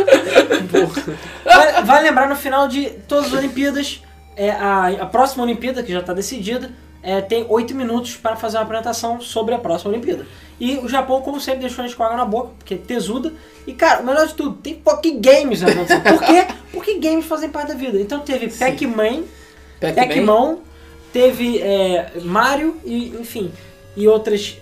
[LAUGHS] Porra. vai, vai lembrar no final de todas as Olimpíadas, é, a, a próxima Olimpíada, que já tá decidida, é, tem oito minutos para fazer uma apresentação sobre a próxima Olimpíada. E o Japão, como sempre, deixou a gente com água na boca, porque é tesuda. E, cara, o melhor de tudo, tem Poké Games na apresentação. Por quê? Porque games fazem parte da vida. Então teve Pac-Man, Pac-Man. Pac-Man, teve é, Mario e enfim, e outras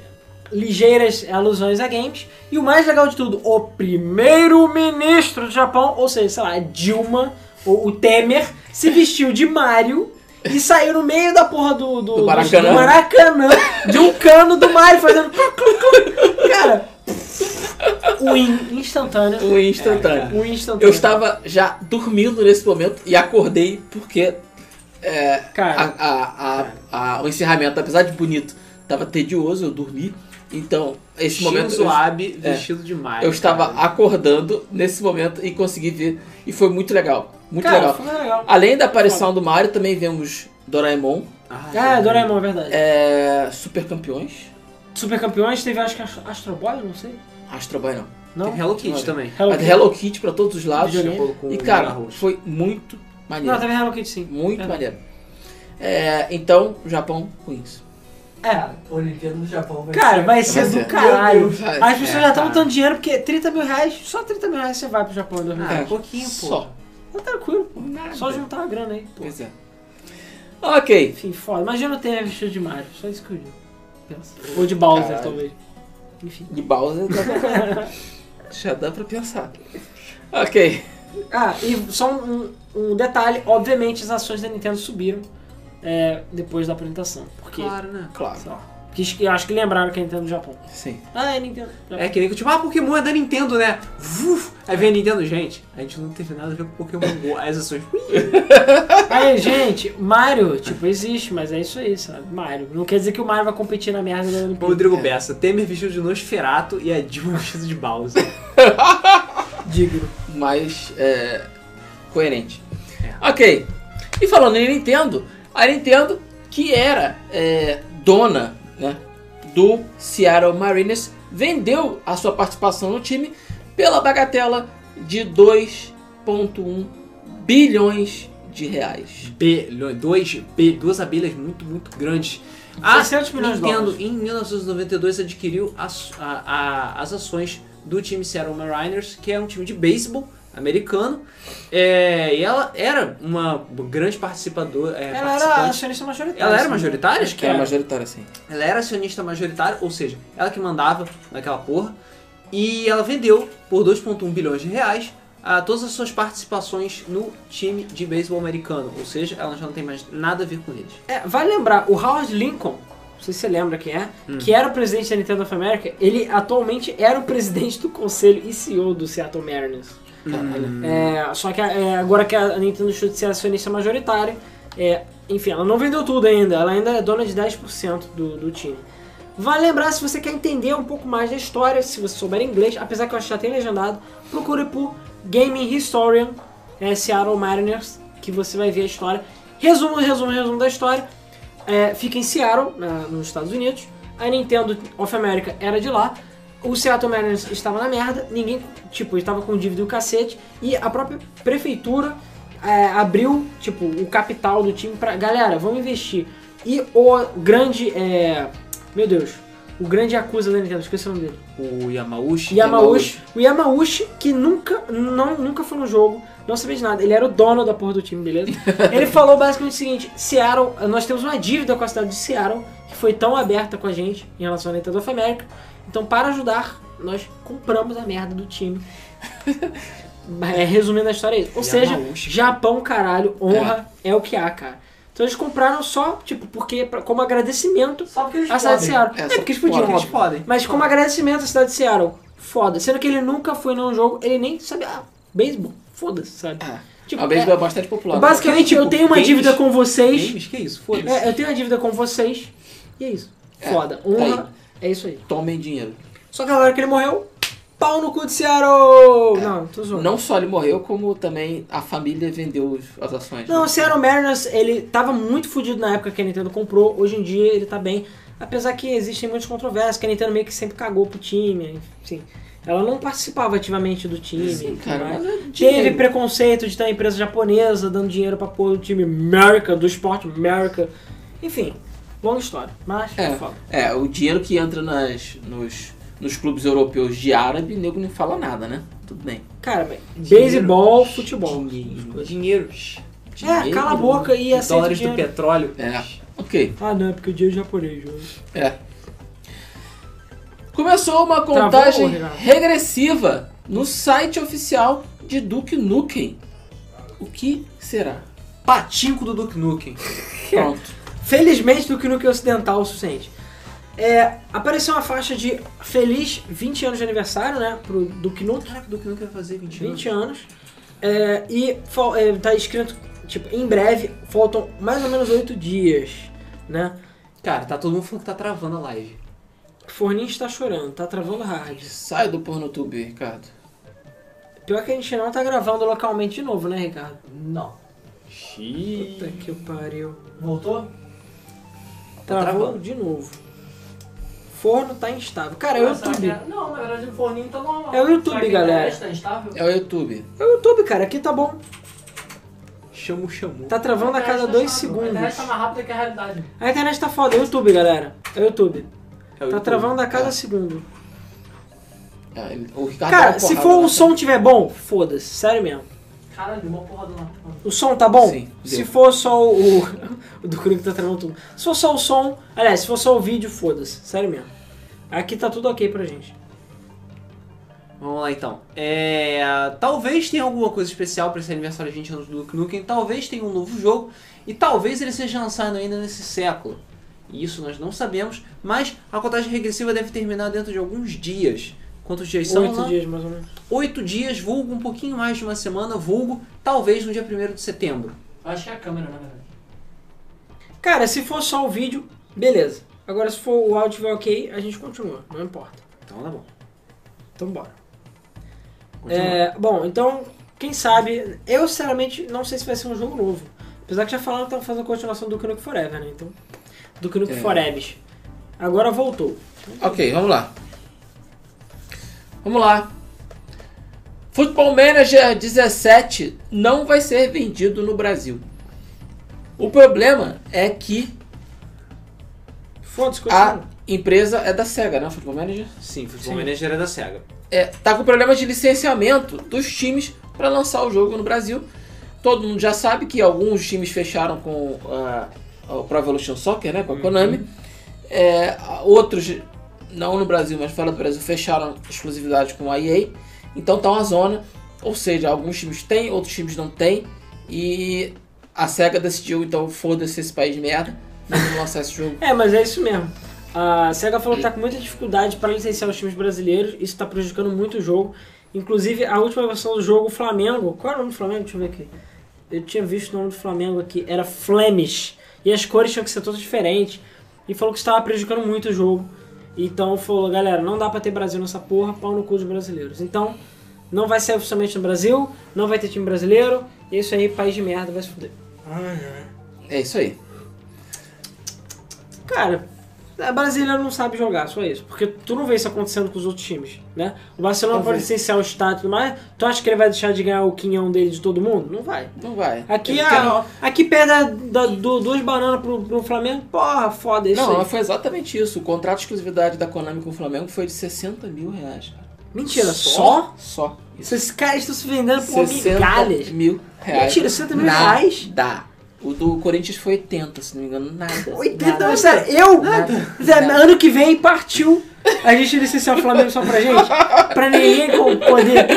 ligeiras alusões a games. E o mais legal de tudo, o primeiro-ministro do Japão, ou seja, sei lá, Dilma ou o Temer, se vestiu de Mario e saiu no meio da porra do, do, Do Maracanã. do Maracanã, de um cano do Mario fazendo. cluc, cluc, cluc. Cara, win instantâneo. O instantâneo. Win instantâneo. Eu estava já dormindo nesse momento e acordei porque a- Cara, a- a- a- o encerramento, apesar de bonito, estava tedioso, eu dormi. Então, esse momento Shinzo eu, é. Abe vestido de Mario. eu estava cara. acordando nesse momento e consegui ver. E foi muito legal. Muito cara, legal. foi legal. Além da aparição do Mario, também vemos Doraemon, Ah, é, Doraemon, é verdade. é, Super Campeões, Super Campeões teve, acho que Astro Astro Boy, não sei. Astro Boy não. Não? Tem Hello Kitty Olha. também. Hello Mas Kitty. Hello Kitty pra todos os lados. Videogame. E cara, foi muito maneiro. Não, teve Hello Kitty sim. Muito É. maneiro. É, então, Japão com isso. É. Cara, Olimpíada no Japão vai Cara, ser- vai ser ser. do caralho. Meu As pessoas É, já estão cara. dando dinheiro porque 30 mil reais, só 30 mil reais você vai pro Japão em 2020. Ah, um pouquinho, pô. É. Só. Tá tranquilo, pô. Nada. Só juntar uma grana aí, pô. Pois é. Ok. Enfim, foda. Imagina o Temer vestido de Mario, só isso que eu digo. Pensa. Ou de Bowser, Caralho. talvez. Enfim. [LAUGHS] De Bowser dá pra... já dá pra pensar. Ok. Ah, e só um, um detalhe, obviamente as ações da Nintendo subiram é, depois da apresentação. Porque, Claro, né? Claro. sei lá, porque acho que lembraram que a Nintendo é do Japão. Sim. Ah, é Nintendo. Japão. É que nem que tipo, ah, Pokémon é da Nintendo, né? Vuf! Aí vem a Nintendo, gente. A gente não teve nada a ver com Pokémon Go. Aí as ações. ui, Aí É, Aí, gente, Mario, tipo, existe, mas é isso aí, sabe? Mario. Não quer dizer que o Mario vai competir na merda da Olimpíada. Rodrigo É. Bessa, Temer vestido de Nosferato e a Dilma vestido de [LAUGHS] Bowser. Digno. mais é, coerente. Ok. E falando em Nintendo, a Nintendo que era é, dona né, do Seattle Mariners vendeu a sua participação no time pela bagatela de 2,1 bilhões de reais. Bilhões, dois, bi- duas abelhas muito, muito grandes. A 600 milhões de Nintendo, dólares. em 1992, adquiriu as, a- a- as ações do time Seattle Mariners, que é um time de beisebol americano. É, e ela era uma grande participadora. é, Ela era participante. acionista majoritária. ela era assim, majoritária? Acho que era majoritário assim. Ela era acionista majoritária, ou seja, ela que mandava naquela porra. E ela vendeu por 2,1 bilhões de reais a todas as suas participações no time de beisebol americano. Ou seja, ela já não tem mais nada a ver com eles. É, vale lembrar, o Howard Lincoln, não sei se você lembra quem é, que era o presidente da Nintendo of America, ele atualmente era o presidente do conselho e CEO do Seattle Mariners. É, só que é, agora que a Nintendo deixou de ser acionista majoritária, é, enfim, ela não vendeu tudo ainda, ela ainda é dona de 10% do, do time. Vale lembrar, se você quer entender um pouco mais da história, se você souber inglês, apesar que eu acho que já tem legendado, procure por Gaming Historian é, Seattle Mariners, que você vai ver a história. Resumo, resumo, resumo da história. É, fica em Seattle, na- nos Estados Unidos. A Nintendo of America era de lá. O Seattle Mariners estava na merda. Ninguém, tipo, estava com dívida e o cacete. E a própria prefeitura é, abriu, tipo, o capital do time pra... Galera, vamos investir. E o grande... é, meu Deus. O grande acusa da Nintendo, esqueci o nome dele. O Yamauchi. Yamauchi. O Yamauchi, que nunca, não, nunca foi no jogo, não sabia de nada. Ele era o dono da porra do time, beleza? Ele falou basicamente o seguinte: Seattle, nós temos uma dívida com a cidade de Seattle, que foi tão aberta com a gente em relação à Nintendo of America. Então, para ajudar, nós compramos a merda do time. É, resumindo a história é isso. Ou seja, Yamauchi. Japão, caralho, honra é. o que há, cara. Então eles compraram só, tipo, porque, pra- como agradecimento Só porque eles à cidade de podem. Seattle. É, É, só porque eles podiam, podem. Eles podem. mas como agradecimento à cidade de Seattle, foda. Sendo que ele nunca foi num jogo, ele nem sabe. Ah, beisebol, foda-se, sabe? É. Tipo, a beisebol é, é- bastante popular. basicamente Tipo, eu tenho uma games- dívida com vocês. Games? Que isso? Foda-se. É, eu tenho uma dívida com vocês. E é isso. Foda. Honra. É isso aí. Tomem dinheiro. Só que a hora que ele morreu, pau no cu de Seattle! Não, tô zoando. Não só ele morreu, como também a família vendeu os- as ações. Não, né? o Seattle Mariners, ele tava muito fudido na época que a Nintendo comprou. Hoje em dia ele tá bem. Apesar que existem muitas controvérsias, que a Nintendo meio que sempre cagou pro time, enfim. Ela não participava ativamente do time. e Sim, tudo cara, mais. mas é Teve dinheiro. preconceito de ter uma empresa japonesa dando dinheiro pra pôr o time America, do esporte America. Enfim, longa história. Mas, É. é. foda. É, o dinheiro que entra nas, nos, nos clubes europeus de árabe, nego não fala nada, né? Tudo bem. Cara, bem, beisebol, futebol. Dinheiro. Dinheiros. É, cala a boca e assim aceita Os o dólares do dinheiro. petróleo. É. Ok. Ah, não, é porque o dinheiro é japonês. João. É. Começou uma Travou, contagem Renato? regressiva no site oficial de Duke Nukem. O que será? Patinco do Duke Nukem. Pronto. Felizmente do que no que é ocidental o suficiente. É, apareceu uma faixa de feliz 20 anos de aniversário, né? Pro Duke Nukem. Caraca, o Duke Nukem vai fazer 20 anos. 20 anos. É, e fal- é, tá escrito, tipo, em breve, faltam mais ou menos 8 dias, né? Cara, tá todo mundo falando que tá travando a live. Forninho está chorando, tá travando hard. Sai do pornotube, Ricardo. Pior que a gente não tá gravando localmente de novo, né, Ricardo? Não. Puta que pariu. Voltou? Tá Travou travando. de novo. Forno tá instável. Cara, é o Essa YouTube. cara- assim, "Ah, Não, na verdade o forninho tá normal. É o YouTube, Será que galera. Tá Está instável? É o YouTube. É o YouTube, cara. Aqui tá bom. Chamo, chamou. Tá travando a cada internet tá 2 instável. A segundos. internet tá mais rápida que a realidade. A internet tá foda. É o YouTube, galera. É o YouTube. É o Tá YouTube. travando a cada É. segundo. É, ele- o Ricardo dá Cara, uma se porrada um for na o som tiver bom, foda-se. Sério mesmo. Caralho, uma porrada lá. O som tá bom? Sim, se deu. for só o. [LAUGHS] O do Coringa tá travando tudo. Se for só o som. Aliás, se for só o vídeo, foda-se. Sério mesmo. Aqui tá tudo ok pra gente. Vamos lá então. É, talvez tenha alguma coisa especial pra esse aniversário de 20 anos do Duke Nukem, talvez tenha um novo jogo e talvez ele seja lançado ainda nesse século. E Isso nós não sabemos, mas a contagem regressiva deve terminar dentro de alguns dias. Quantos dias são? né? Oito Alan? dias mais ou menos. Oito dias, vulgo um pouquinho mais de uma semana, vulgo talvez no dia 1 de setembro. Eu acho que é a câmera, na verdade. Cara, se for só o vídeo, beleza. Agora, se for o áudio tiver ok, a gente continua, não importa. Então tá bom. Então bora. Continua. É, bom, então, quem sabe, eu sinceramente não sei se vai ser um jogo novo. Apesar que já falaram que estão fazendo a continuação do Nukem Forever, né? Então, do Nukem É. Forever. Agora voltou. Ok, vamos lá. Vamos lá. Football Manager 17 não vai ser vendido no Brasil. O problema é que Foda-se, a continua. empresa é da SEGA, né? Football Manager? Sim, Futebol Sim. Manager é da SEGA. É, tá com problema de licenciamento dos times para lançar o jogo no Brasil. Todo mundo já sabe que alguns times fecharam com ah, o Pro Evolution Soccer, né? Com a Konami. É, outros, não no Brasil, mas fora do Brasil, fecharam exclusividade com a EA. Então tá uma zona. Ou seja, alguns times têm, outros times não têm. E a SEGA decidiu, então, foda-se esse país de merda. Vamos lançar esse jogo. É, mas é isso mesmo. A SEGA falou que tá com muita dificuldade para licenciar os times brasileiros, isso tá prejudicando muito o jogo. Inclusive, a última versão do jogo, o Flamengo. Qual era o nome do Flamengo? Deixa eu ver aqui. Eu tinha visto o nome do Flamengo aqui, era Flemish. E as cores tinham que ser todas diferentes. E falou que estava prejudicando muito o jogo. Então falou, galera, não dá pra ter Brasil nessa porra, pau no cu dos brasileiros. Então, não vai ser oficialmente no Brasil, não vai ter time brasileiro. E é isso aí, país de merda, vai se fuder. É isso aí. Cara, a brasileiro não sabe jogar, só isso. Porque tu não vê isso acontecendo com os outros times, né? O Barcelona Não pode vê. licenciar o Estado e tudo mais. Tu acha que ele vai deixar de ganhar o quinhão dele de todo mundo? Não vai. Não vai. Aqui, ah, Eu a, quero- aqui perde a- da- do- duas bananas pro, pro Flamengo, porra, foda isso Não, aí. foi exatamente isso. O contrato de exclusividade da Konami com o Flamengo foi de 60 mil reais. cara. Mentira, só? Só. Isso. Esses caras estão se vendendo por 60 migalhas. mil reais. Mentira, 60 mil Nada. reais? Dá. O do Corinthians foi 80, se não me engano. Nada. 80 nada. não, sério, é eu? Zé, Nada. Ano que vem partiu a gente licenciar o Flamengo só pra gente? Pra ninguém co- poder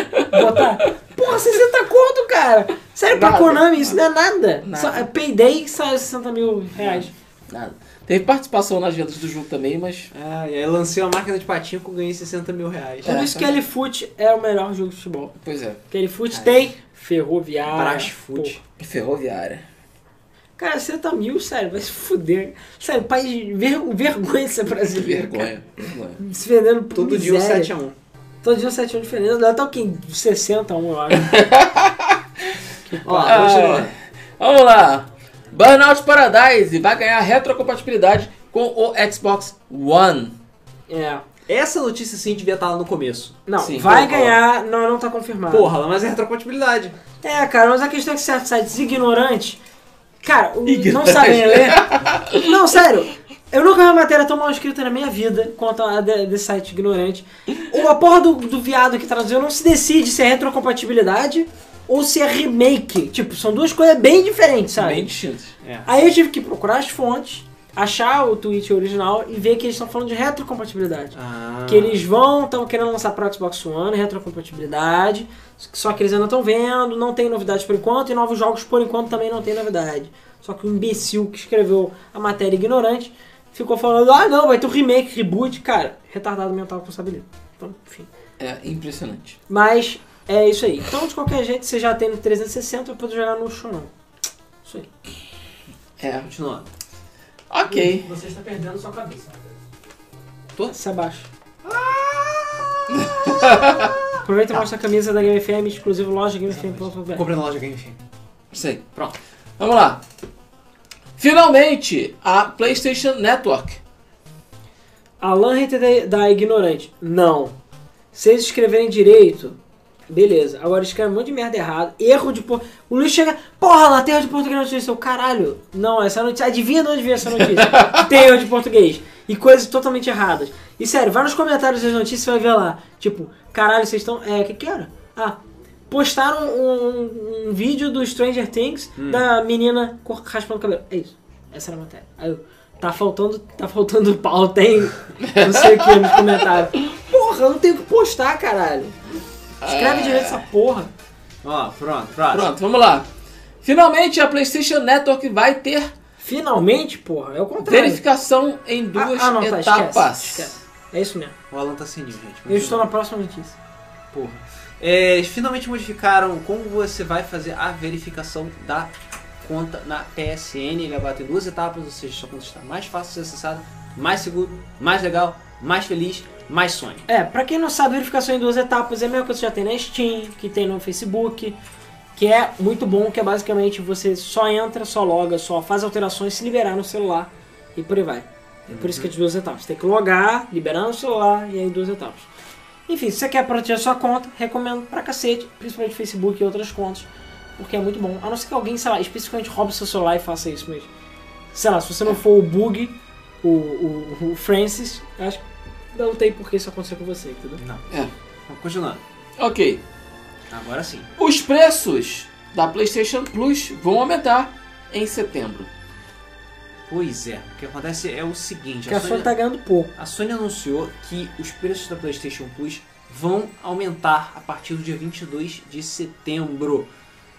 botar? Porra, 60 conto, cara! Sério, pra Nada. Konami isso não é nada. Nada. Só, é, peidei e saiu 60 mil reais. Nada. Teve participação nas vendas do jogo também, mas. Ah, e aí lancei uma máquina de patinco e ganhei 60 mil reais. Por É. isso que L-Foot é o melhor jogo de futebol. Pois é. Porque L-Foot tem ferroviário. Brasfoot. Ferroviária. Cara, 60 mil, sério, vai se fuder. Sério, país de ver, vergonha de ser brasileiro. cara. Vergonha. Vergonha. Se vendendo por Todo dia um miséria. 7x1. Todo dia um 7 anos diferente. Dá até o quê? 60 a 1, eu acho. Ó, Ah, continua. [LAUGHS] Vamos lá. Burnout Paradise vai ganhar retrocompatibilidade com o Xbox One. É. Essa notícia sim devia estar lá no começo. Não, Sim, vai vamos ganhar, não, não tá confirmado. Porra, mas é retrocompatibilidade. É, cara, mas a questão é que certos sites ignorantes, cara, o- não Ignorante. sabem ler. não, sério. Eu nunca vi uma matéria tão mal escrita na minha vida quanto a de- desse site ignorante. Ou a porra do, do viado que traduziu não se decide se é retrocompatibilidade ou se é remake. Tipo, são duas coisas bem diferentes, sabe? Bem distintos. É. Aí eu tive que procurar as fontes, achar o tweet original e ver que eles estão falando de retrocompatibilidade. Ah. Que eles vão, estão querendo lançar para Xbox One, retrocompatibilidade, só que eles ainda estão vendo, não tem novidades por enquanto, e novos jogos por enquanto também não tem novidade. Só que o imbecil que escreveu a matéria ignorante ficou falando, ah não, vai ter um remake, reboot, cara, retardado mental com sabedoria. Então, enfim. É impressionante. Mas é isso aí. Então, de qualquer jeito, você já tem no 360 pra poder jogar no Shonen. Isso aí. É. Continuando. Ok. Você está perdendo sua cabeça. Se abaixa. Aproveita e mostra a camisa da Game FM, exclusivo loja GameFM.br. Comprei na loja Game Enfim. Sei. Pronto. Vamos lá. Finalmente, a PlayStation Network. Alan Hater da, da Ignorante. Não. Se eles escreverem direito, beleza. Agora escreve um monte de merda errada. Erro de por... O Luiz chega. Porra, lá tem erro de português na notícia. Eu, caralho. Não, essa notícia. Adivinha de onde veio essa notícia? tem erro de português. E coisas totalmente erradas. E sério, vai nos comentários das notícias e vai ver lá. Tipo, caralho, vocês estão. É, o que que era? Ah. Postaram um, um- um vídeo do Stranger Things da menina cor- raspando o cabelo. É isso. Essa era a matéria. Aí eu, tá faltando, tá faltando pau, tem não sei o que nos comentários. Porra, eu não tenho o que postar, caralho. Escreve direito essa porra. Ó, pronto, pronto. Pronto, vamos lá. Finalmente, a PlayStation Network vai ter Finalmente, porra, é o contrário. verificação em duas Tá. Ah, ah, não, tá, esquece, etapas. esquece. É isso mesmo. O Alan tá senil, gente. Eu estou na próxima notícia. Porra. É, eles finalmente modificaram como você vai fazer a verificação da conta na PSN. Ele abate em duas etapas, ou seja, sua conta está mais fácil de ser acessada, mais seguro, mais legal, mais feliz, mais sonho. É, pra quem não sabe, verificação em duas etapas é a mesma coisa que já tem na Steam, que tem no Facebook, que é muito bom, que é basicamente você só entra, só loga, só faz alterações, se liberar no celular e por aí vai. É por isso que é de duas etapas. Você tem que logar, liberar no celular e aí duas etapas. Enfim, se você quer proteger a sua conta, recomendo pra cacete, principalmente Facebook e outras contas, porque é muito bom. A não ser que alguém, sei lá, especificamente roube seu celular e faça isso mesmo. Sei lá, se você não for o Bug, o, o, o Francis, eu acho que não tem por que isso acontecer com você, entendeu? Então, continuando. Ok. Agora sim. Os preços da PlayStation Plus vão aumentar em setembro. Pois é, o que acontece é o seguinte: Porque a Sony tá ganhando pouco. A Sony anunciou que os preços da PlayStation Plus vão aumentar a partir do dia 22 de setembro,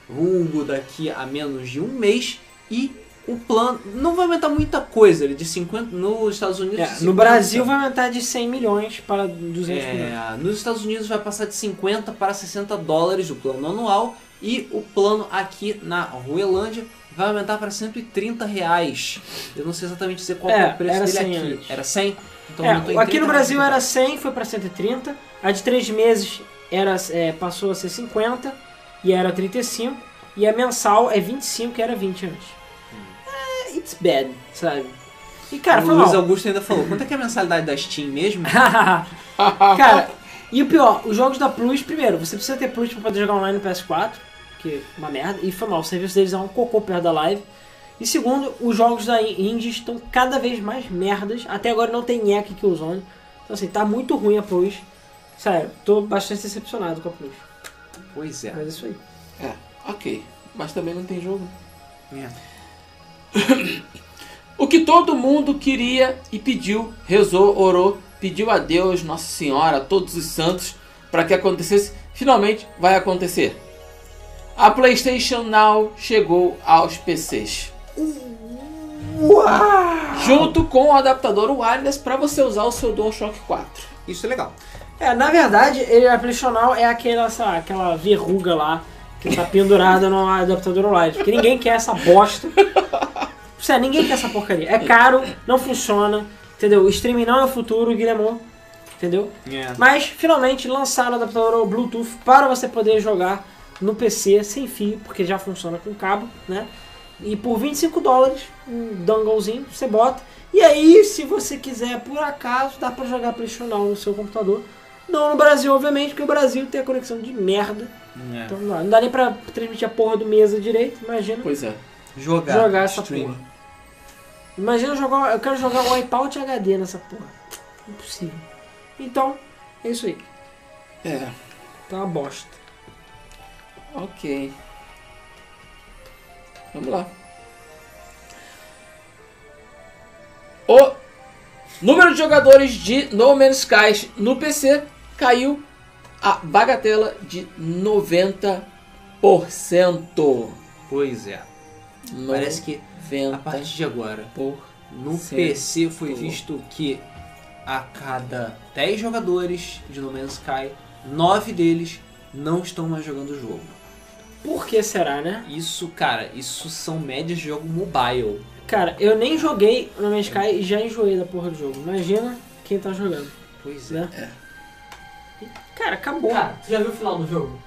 rumo daqui a menos de um mês, e o plano não vai aumentar muita coisa, ele de 50 nos Estados Unidos. É, 50. no Brasil vai aumentar de 100 milhões para 200 milhões. É, nos Estados Unidos vai passar de 50 para 60 dólares o plano anual e o plano aqui na Ruelândia vai aumentar para 130 reais. Eu não sei exatamente dizer qual É, é, o preço era dele 100 aqui. antes. Era 100? Então É, aumentou em aqui no 30 Brasil reais. era 100, foi para 130. A de 3 meses era, é, passou a ser 50 e era 35. E a mensal é 25 e era 20 antes. É, it's bad, sabe? E cara, o foi Luiz mal. Augusto ainda falou, quanto é que é a mensalidade da Steam mesmo? [LAUGHS] Cara, e o pior, os jogos da Plus, primeiro, você precisa ter Plus pra poder jogar online no PS4, que é uma merda, e foi mal, o serviço deles é um cocô perto da live. E segundo, os jogos da Indie estão cada vez mais merdas, até agora não tem EC que os Então assim, tá muito ruim a Plus. Sério, tô bastante decepcionado com a Plus. pois é. Mas é isso aí. [LAUGHS] É, ok. Mas também não tem jogo. É. O que todo mundo queria e pediu, rezou, orou, pediu a Deus, Nossa Senhora, a todos os santos, para que acontecesse, finalmente vai acontecer. A PlayStation Now chegou aos PCs. Junto com o adaptador wireless para você usar o seu DualShock 4. Isso é legal. É, na verdade, ele é profissional, é aquela, sei lá, aquela verruga lá que tá pendurada no adaptador online. Porque ninguém quer essa bosta. Sério, ninguém quer essa porcaria. É caro, não funciona, entendeu? O streaming não é o futuro, Guilhermon, entendeu? É. Mas finalmente lançaram o adaptador Bluetooth para você poder jogar no PC sem fio, porque já funciona com cabo, né? E por 25 dólares, um donglezinho, você bota. E aí, se você quiser, por acaso, dá pra jogar PlayStation Now no seu computador. Não no Brasil, obviamente, porque o Brasil tem a conexão de merda. É. Então não dá, não dá nem pra transmitir a porra do mesa direito, imagina. Pois é. Jogar. Jogar essa stream. porra. Imagina jogar. Eu quero jogar Wipeout HD nessa porra. Impossível. Então, é isso aí. É. Tá uma bosta. Ok. Vamos lá. O número de jogadores de No Man's Sky no PC caiu a bagatela de 90%. Pois é. Parece que a 90%. partir de agora, Por... no Certo. PC foi visto que a cada 10 jogadores de No Man's Sky, 9 deles não estão mais jogando o jogo. Por que será, né? Isso, cara, isso são médias de jogo mobile. Cara, eu nem joguei no Man's Sky e já enjoei da porra do jogo. Imagina quem tá jogando, Pois é. né? Cara, acabou. Cara, tu já viu o final do jogo?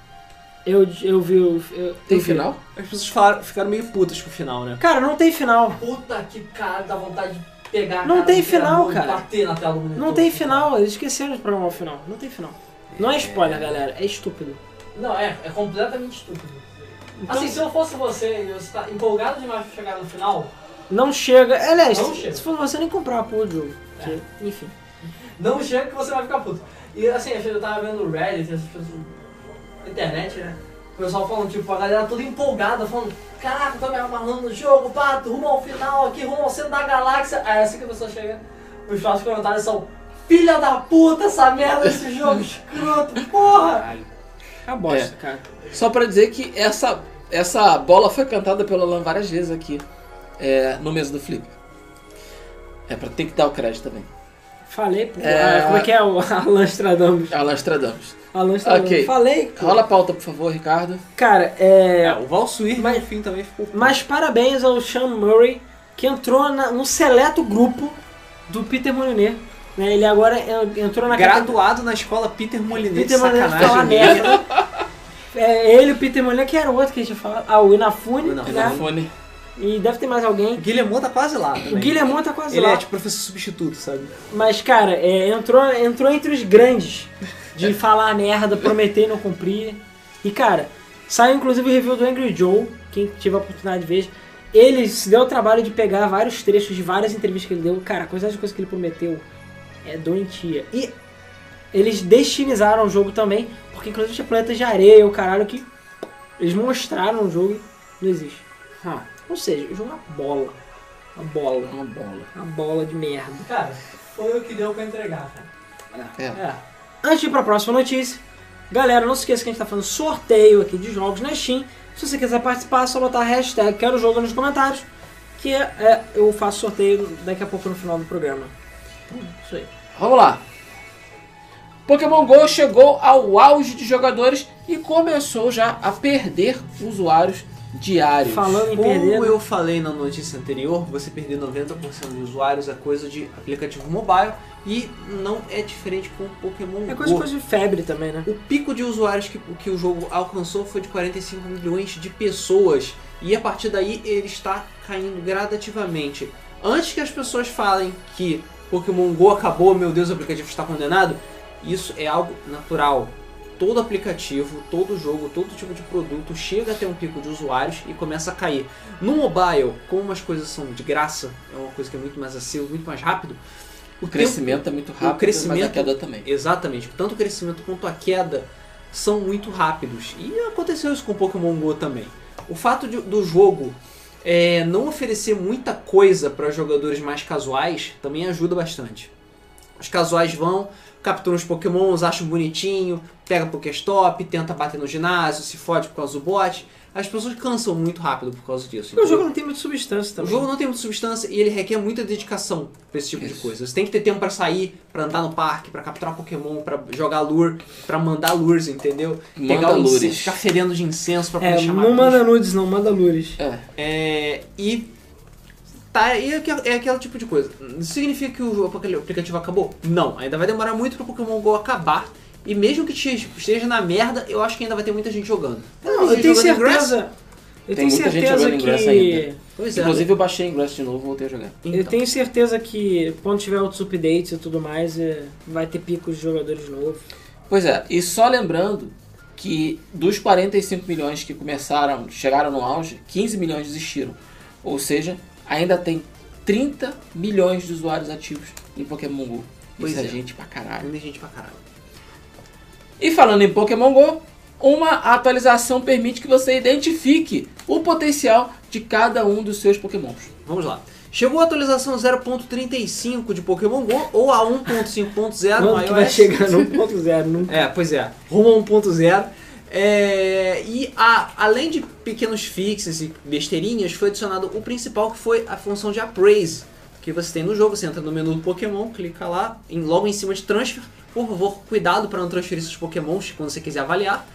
Eu, eu vi o. eu- eu Tem vi. final? As pessoas falaram- ficaram meio putas com o final, né? Cara, não tem final. Puta que cara, dá vontade de pegar a Não cara tem do criador final, e cara. bater na tela do monitor. Não tem final. Eles esqueceram de programar o final. Não tem final. Não é spoiler, galera. É estúpido. Não, é, é completamente estúpido. Então, assim, se eu fosse você e você tá empolgado demais pra chegar no final, não chega. Aliás, Não se, chega. É. se for você nem comprar a porra do jogo. Porque, Enfim. não chega que você vai ficar puto. E assim, eu tava vendo o Reddit, essas pessoas. internet, né? O pessoal falando, tipo, a galera toda empolgada, falando, caraca, tô me amarrando no jogo, pato, rumo ao final aqui, rumo ao centro da galáxia. Aí assim que a pessoa chega, os próximos comentários são. Filha da puta, essa merda desse jogo escroto, porra! é A É. bosta, cara. Só pra dizer que essa, essa bola foi cantada pelo Alan várias vezes aqui é, no mês do Flip. É pra ter que dar o crédito também. Falei, pô. É, Ah, Como é que é o [LAUGHS] Alan Stradamus? Alan Stradamus. Alan Stradamus. Ok. Falei, pô. Rola a pauta, por favor, Ricardo. Cara, é... É, o Valsuir, mas Mas- no fim também ficou. Mas parabéns ao Sean Murray, que entrou na- no seleto grupo do Peter Molyneux. né? Ele agora en- entrou na categoria- graduado na escola Peter Molinete. Peter Molyneux sacanagem. né? fala merda. É, ele, o Peter Molyneux, que era o outro que a gente fala. Ah, o Inafune, Inafune. né? Telefone. E deve ter mais alguém. Guilhermão tá quase lá. O também. Guilhermão tá quase Ele lá. é tipo professor substituto, sabe? Mas, cara, é, entrou, entrou entre os grandes de falar merda, prometer e não cumprir. E, cara, saiu inclusive o review do Angry Joe, quem tiver a oportunidade de ver. Ele se deu o trabalho de pegar vários trechos de várias entrevistas que ele deu. Cara, a quantidade de coisa que ele prometeu é doentia. E eles destinizaram o jogo também, porque inclusive tinha planetas de areia, o caralho, que eles mostraram o jogo e não existe. Ah. Ou seja, o jogo é uma bola. Uma bola. Uma bola. Uma bola de merda. Cara, foi o que deu pra entregar, cara. É. Antes de ir pra próxima notícia, galera, não se esqueça que a gente tá fazendo sorteio aqui de jogos na Steam. Se você quiser participar, é só botar a hashtag quero jogo nos comentários, que é, é, eu faço sorteio daqui a pouco no final do programa. Isso aí. Vamos lá. Pokémon GO chegou ao auge de jogadores e começou já a perder usuários diários. Falando em perder, né? Como eu falei na notícia anterior, você perder 90% de usuários é coisa de aplicativo mobile e não é diferente com o Pokémon é Go. coisa, coisa de febre também, né? O pico de usuários que, que o jogo alcançou foi de 45 milhões de pessoas. E a partir daí ele está caindo gradativamente. Antes que as pessoas falem que Pokémon GO acabou, meu Deus, o aplicativo está condenado, isso é algo natural. Todo aplicativo, todo jogo, todo tipo de produto chega a ter um pico de usuários e começa a cair. No mobile, como as coisas são de graça, é uma coisa que é muito mais acessível, muito mais rápido, O crescimento é muito rápido, mas a crescimento- queda também. Exatamente. Tanto o crescimento quanto a queda são muito rápidos. E aconteceu isso com Pokémon GO também. O fato de- do jogo é, não oferecer muita coisa para jogadores mais casuais também ajuda bastante. Os casuais vão, capturam os pokémons, acham bonitinho, pega Pokéstop, tenta bater no ginásio, se fode por causa do bot. As pessoas cansam muito rápido por causa disso. Porque o entendeu? jogo não tem muita substância O também. jogo não tem muita substância e ele requer muita dedicação pra esse tipo de Isso. coisa. Você tem que ter tempo pra sair, pra andar no parque, pra capturar Pokémon, pra jogar lure, pra mandar lures, entendeu? Manda Pegar o incenso, lures. ficar fedendo de incenso pra poder É, chamar não manda bicho. nudes, não, manda lures. É. É, e tá, e é aquele, é aquele tipo de coisa. Significa que o aplica- o aplicativo acabou? Não, ainda vai demorar muito pro Pokémon GO acabar. E mesmo que te- esteja na merda, eu acho que ainda vai ter muita gente jogando. Não, eu Gente tenho jogando Ingress? certeza. Eu Tem tenho muita gente certeza jogando Ingress que. ainda. Pois é. Inclusive eu baixei inglês de novo e voltei a jogar. Eu Então. tenho certeza que quando tiver outros updates e tudo mais, é, vai ter picos de jogadores novos. Pois é, e só lembrando que dos 45 milhões que começaram, chegaram no auge, 15 milhões desistiram. Ou seja, ainda tem 30 milhões de usuários ativos em Pokémon GO. Pois Isso é, é. gente pra caralho. Ainda tem gente pra caralho. E falando em Pokémon GO, uma atualização permite que você identifique o potencial de cada um dos seus Pokémons. Vamos lá. Chegou a atualização 0.35 de Pokémon GO ou a 1.5.0 no Quando iOS. que vai chegar no 1.0? Nunca. É, pois é. Rumo a 1.0. É, e a- além de pequenos fixes e besteirinhas, foi adicionado o principal que foi a função de appraise que você tem no jogo. Você entra no menu do Pokémon, clica lá, em- logo em cima de transfer. Por favor, cuidado para não transferir seus Pokémons quando você quiser avaliar.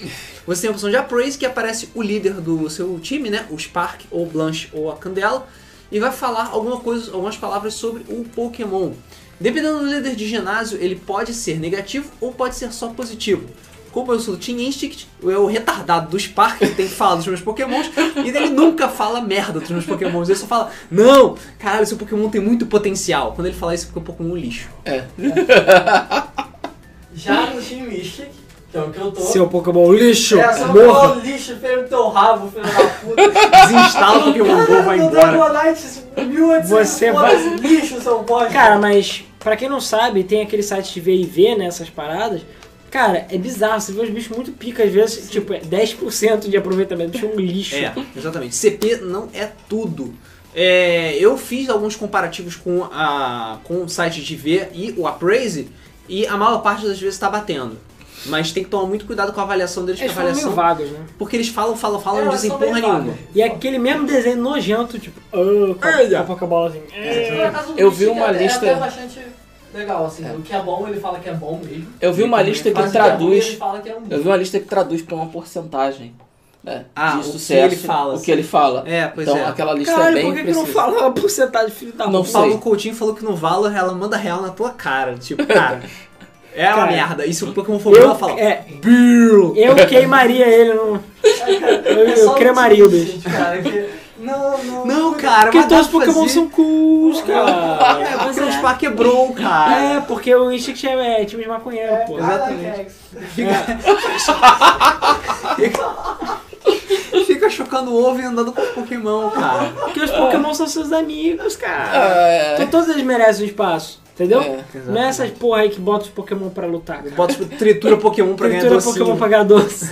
Você tem a opção de appraise que aparece o líder do seu time, né? O Spark, ou o Blanche, ou a Candela. E vai falar alguma coisa, algumas palavras sobre o Pokémon. Dependendo do líder de ginásio, ele pode ser negativo ou pode ser só positivo. Como eu sou do Team Instinct, eu é o retardado do Spark, que tem que falar dos meus pokémons, e ele nunca fala merda dos meus pokémons. Ele só fala, não, caralho, seu pokémon tem muito potencial. Quando ele fala isso, fica um pokémon um lixo. É. Já no Team Mystic, que é o que eu tô. Seu Pokémon lixo! é, só morra! o lixo pelo teu rabo, filho da puta. Desinstala o pokémon Go, vai Caralho, no embora. Dragon Knight, 1800 Você vai- foda-se, lixo, seu bosta. Cara, mas pra quem não sabe, tem aquele site de VIV, né? Essas paradas. Cara, é bizarro, você vê os bichos muito pica às vezes, tipo, é 10% de aproveitamento, bicho é [LAUGHS] um lixo. É, exatamente. CP não é tudo. É, eu fiz alguns comparativos com, a, com o site de V e o Appraise, e a maior parte das vezes tá batendo. Mas tem que tomar muito cuidado com a avaliação deles, Eles porque a foram meio avaliação vagos, né? Porque eles falam, falam, falam e não Elas dizem são né? porra É, bem nenhuma. vagas. E é aquele mesmo desenho nojento, tipo, ah, com a- com a Pokébola assim. É, É, Por acaso, o Eu Mystic vi uma é- é lista- até bastante legal, assim. O que é bom, ele fala que é bom mesmo. Eu vi uma lista que Mas o que é ruim, Ele traduz. fala que é um Eu vi uma lista que traduz pra uma porcentagem. Né, Ah, o de que sucesso, ele fala, O que ele fala. É, pois então é. aquela lista é Caralho, bem por que, que não precisa. fala a porcentagem, filho da Não puta? O sei. Paulo Coutinho falou que no Valor ela manda real na tua cara. [LAUGHS] Tipo, cara, é uma Cara, merda. Isso é Pokémon Fogo, ela Eu, fala. é, Bill! eu queimaria ele [LAUGHS] no. Eu, É eu só um cremaria o tipo de bicho. gente, cara, que- Não, não. Não, cara, Porque mas dá todos os pra Pokémon fazer. são cools, [LAUGHS] cara. É, porque o Spa quebrou, cara. É, porque o Instinct é, é time de maconheiro, pô. I Exatamente. like eggs. [LAUGHS] Fica chocando ovo e andando com os Pokémon, cara. Porque os Pokémon são seus amigos, cara. É, Então todos eles merecem um espaço, entendeu? é. Não é essas porra aí que bota os Pokémon pra lutar, cara. Bota, tipo, tritura Pokémon pra ganhar Tritura docinho. Pokémon pra ganhar doce.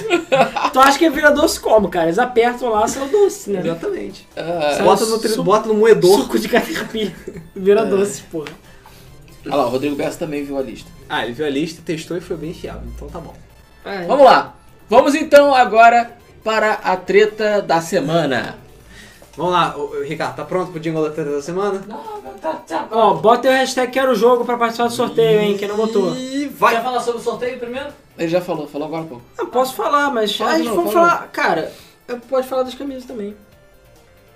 tu acha que vira doce como, cara? Eles apertam lá, sai o doce, né? Exatamente. é. Ah, Bota no, tri... Suco- Bota no moedor. Suco de caterpillar. É. Vira doce, porra. Olha lá, o Rodrigo Bessa também viu a lista. Ah, ele viu a lista, testou e foi bem fiável. Então tá bom. Vamos lá. Vamos então agora para a treta da semana. Vamos lá, ô, ô, Ricardo, tá pronto pro Jingle da Treta da Semana? Não, tá, tá. Ó, bota aí o hashtag quero o jogo pra participar do sorteio, hein? Quem não botou. E vai! Quer falar sobre o sorteio primeiro? Ele já falou, falou agora há pouco. Não, posso falar, mas Fala a de gente novo, vamos fala de falar. Cara, eu- pode falar das camisas também.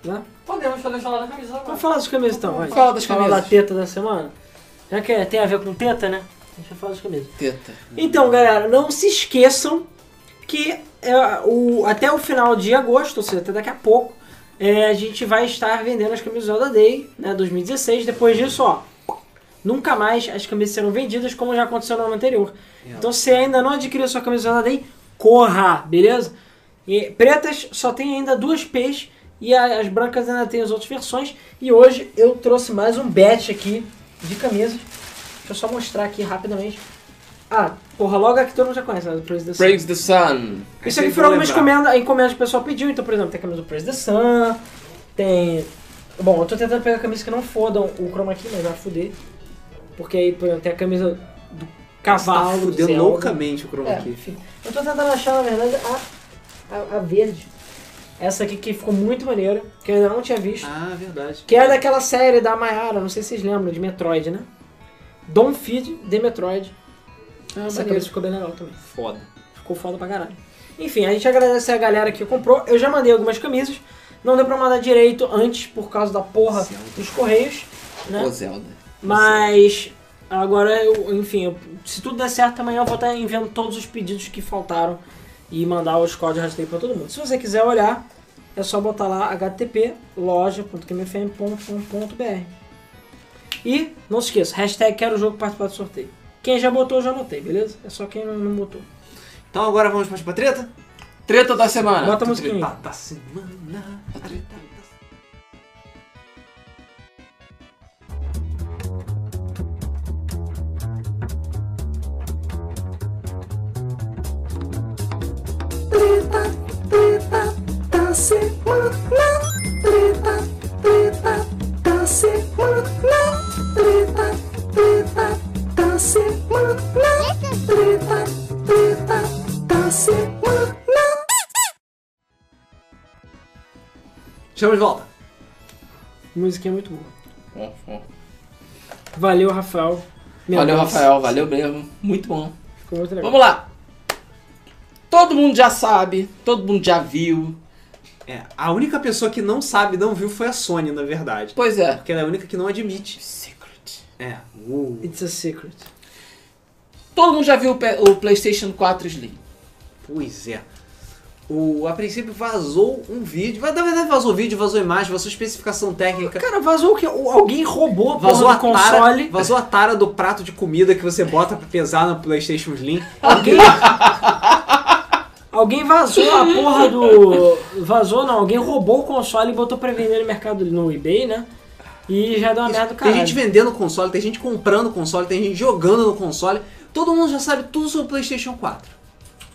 Né? Podemos, podemos falar da camisa agora. Vamos falar das camisas então, vai. Fala das camisas. da teta da semana. Já que é- tem a ver com teta, né? Deixa eu falar das camisas. Teta. Então, galera, não se esqueçam que é, o- até o final de agosto, ou seja, até daqui a pouco, é, a gente vai estar vendendo as camisas Zelda Day, né, 2016. Depois disso, ó, nunca mais as camisas serão vendidas, como já aconteceu no ano anterior. Então, se ainda não adquiriu a sua camisa Zelda Day, corra, beleza? E pretas só tem ainda duas P's e a- as brancas ainda tem as outras versões. E hoje eu trouxe mais um batch aqui de camisas. Deixa eu só mostrar aqui rapidamente. Ah, porra, logo aqui todo mundo já conhece, né? Do Praise the Sun. Praise the Isso Sun. é aqui Vocês foram vão algumas lembrar. encomenda, encomendas que o pessoal pediu. Então, por exemplo, tem a camisa do Praise the Sun, tem... Bom, eu tô tentando pegar camisas que não fodam o chroma aqui, mas vai fuder. Porque aí, por exemplo, tem a camisa do cavalo, Tá do fudendo Zelda. loucamente o Chroma É, Key. enfim. Eu tô tentando achar, na verdade, a, a, a verde. Essa aqui que ficou muito maneira, que eu ainda não tinha visto. Ah, verdade. Que é daquela série da Mayara, não sei se vocês lembram, de Metroid, né? Don't Feed The Metroid. Ah, Essa maneiro. camisa ficou bem legal também. Foda. Ficou foda pra caralho. Enfim, a gente agradece a galera que comprou. Eu já mandei algumas camisas. Não deu pra mandar direito antes por causa da porra Zelda. dos correios, né? Ô Zelda. Mas agora, eu, enfim, eu- se tudo der certo, amanhã eu vou estar enviando todos os pedidos que faltaram e mandar os códigos rastreio pra todo mundo. Se você quiser olhar, é só botar lá http loja.qmfm.com.br E não se esqueça, hashtag quero o jogo participar do sorteio. Quem já botou, já anotei, beleza? É só quem não, não botou. Então agora vamos partir pra treta? Tá, Treta da semana. Bota a musiquinha aí. Treta da semana. A treta da da semana. Treta, treta da semana. Treta, treta da semana. Treta, treta da semana. Estamos de volta. Musiquinha é muito boa. Bom, bom. Valeu, Rafael. Meu Valeu, Deus, Rafael. Valeu mesmo. Muito bom. Ficou muito legal. Vamos lá. Todo mundo já sabe, todo mundo já viu. É, a única pessoa que não sabe, não viu, foi a Sony, na verdade. Pois é. Porque ela é a única que não admite. Secret. É. Uh, It's a secret. Todo mundo já viu o P- o PlayStation 4 Slim. pois é. O, a princípio vazou um vídeo. Mas, Na verdade, vazou vídeo, vazou imagem, vazou especificação técnica. Cara, vazou o que? Alguém roubou a porra Vazou a, do console. tara, vazou a tara do prato de comida que você bota pra pesar no PlayStation Slim. Alguém. Alguém vazou a porra do. Vazou não, alguém roubou o console e botou pra vender no mercado no eBay, né? E já deu uma merda do Tem caralho. gente vendendo console, tem gente comprando console, tem gente jogando no console. Todo mundo já sabe tudo sobre o PlayStation 4.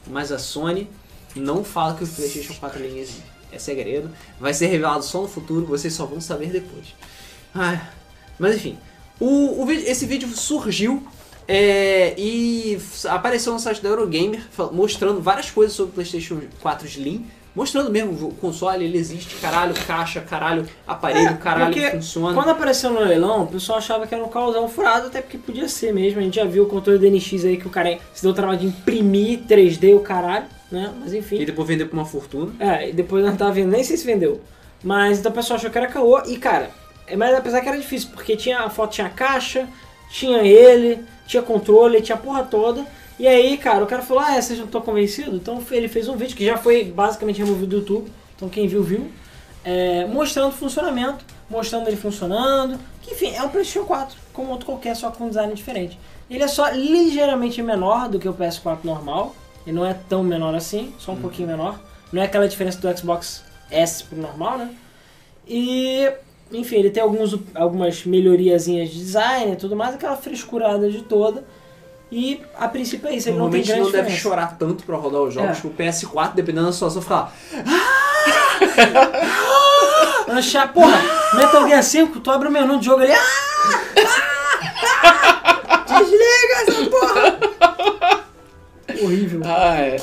Mas a Sony não fala que o PlayStation 4 Slim existe. É segredo. Vai ser revelado só no futuro, vocês só vão saber depois. Ai, mas enfim, o, o vídeo- esse vídeo surgiu é, e f- apareceu no site da Eurogamer fal- mostrando várias coisas sobre o PlayStation 4 Slim. Mostrando mesmo o jogo, o console, ele existe, caralho, caixa, caralho, aparelho, caralho, É, porque funciona. Quando apareceu no leilão, o pessoal achava que era um causal furado, até porque podia ser mesmo. A gente já viu o controle do NX aí que o cara se deu o trabalho de imprimir 3D o caralho, né? Mas enfim. E depois vender por uma fortuna. É, e depois não tava vendo, nem sei se vendeu. Mas então o pessoal achou que era caô e cara, é, mas apesar que era difícil, porque tinha a foto tinha a caixa, tinha ele, tinha controle, tinha a porra toda. E aí, cara, o cara falou: "Ah, é, vocês não estão convencidos?" Então ele fez um vídeo que já foi basicamente removido do YouTube. Então quem viu viu. É, mostrando o funcionamento, mostrando ele funcionando. Que, enfim, é um PlayStation 4, como outro qualquer, só com um design diferente. Ele é só ligeiramente menor do que o PS4 normal. Ele não é tão menor assim, só um Uhum. pouquinho menor. Não é aquela diferença do Xbox S pro normal, né? E, enfim, ele tem alguns, algumas melhoriazinhas de design e tudo mais, aquela frescurada de toda. E a princípio é isso, ele não tem Normalmente grande não, deve diferença. chorar tanto pra rodar os jogos. É. O PS4, dependendo da situação, fica Ancha, porra, Metal Gear 5, tu abre o menu do jogo ali. Ah! ah, Desliga essa porra! Horrível. Ah, é.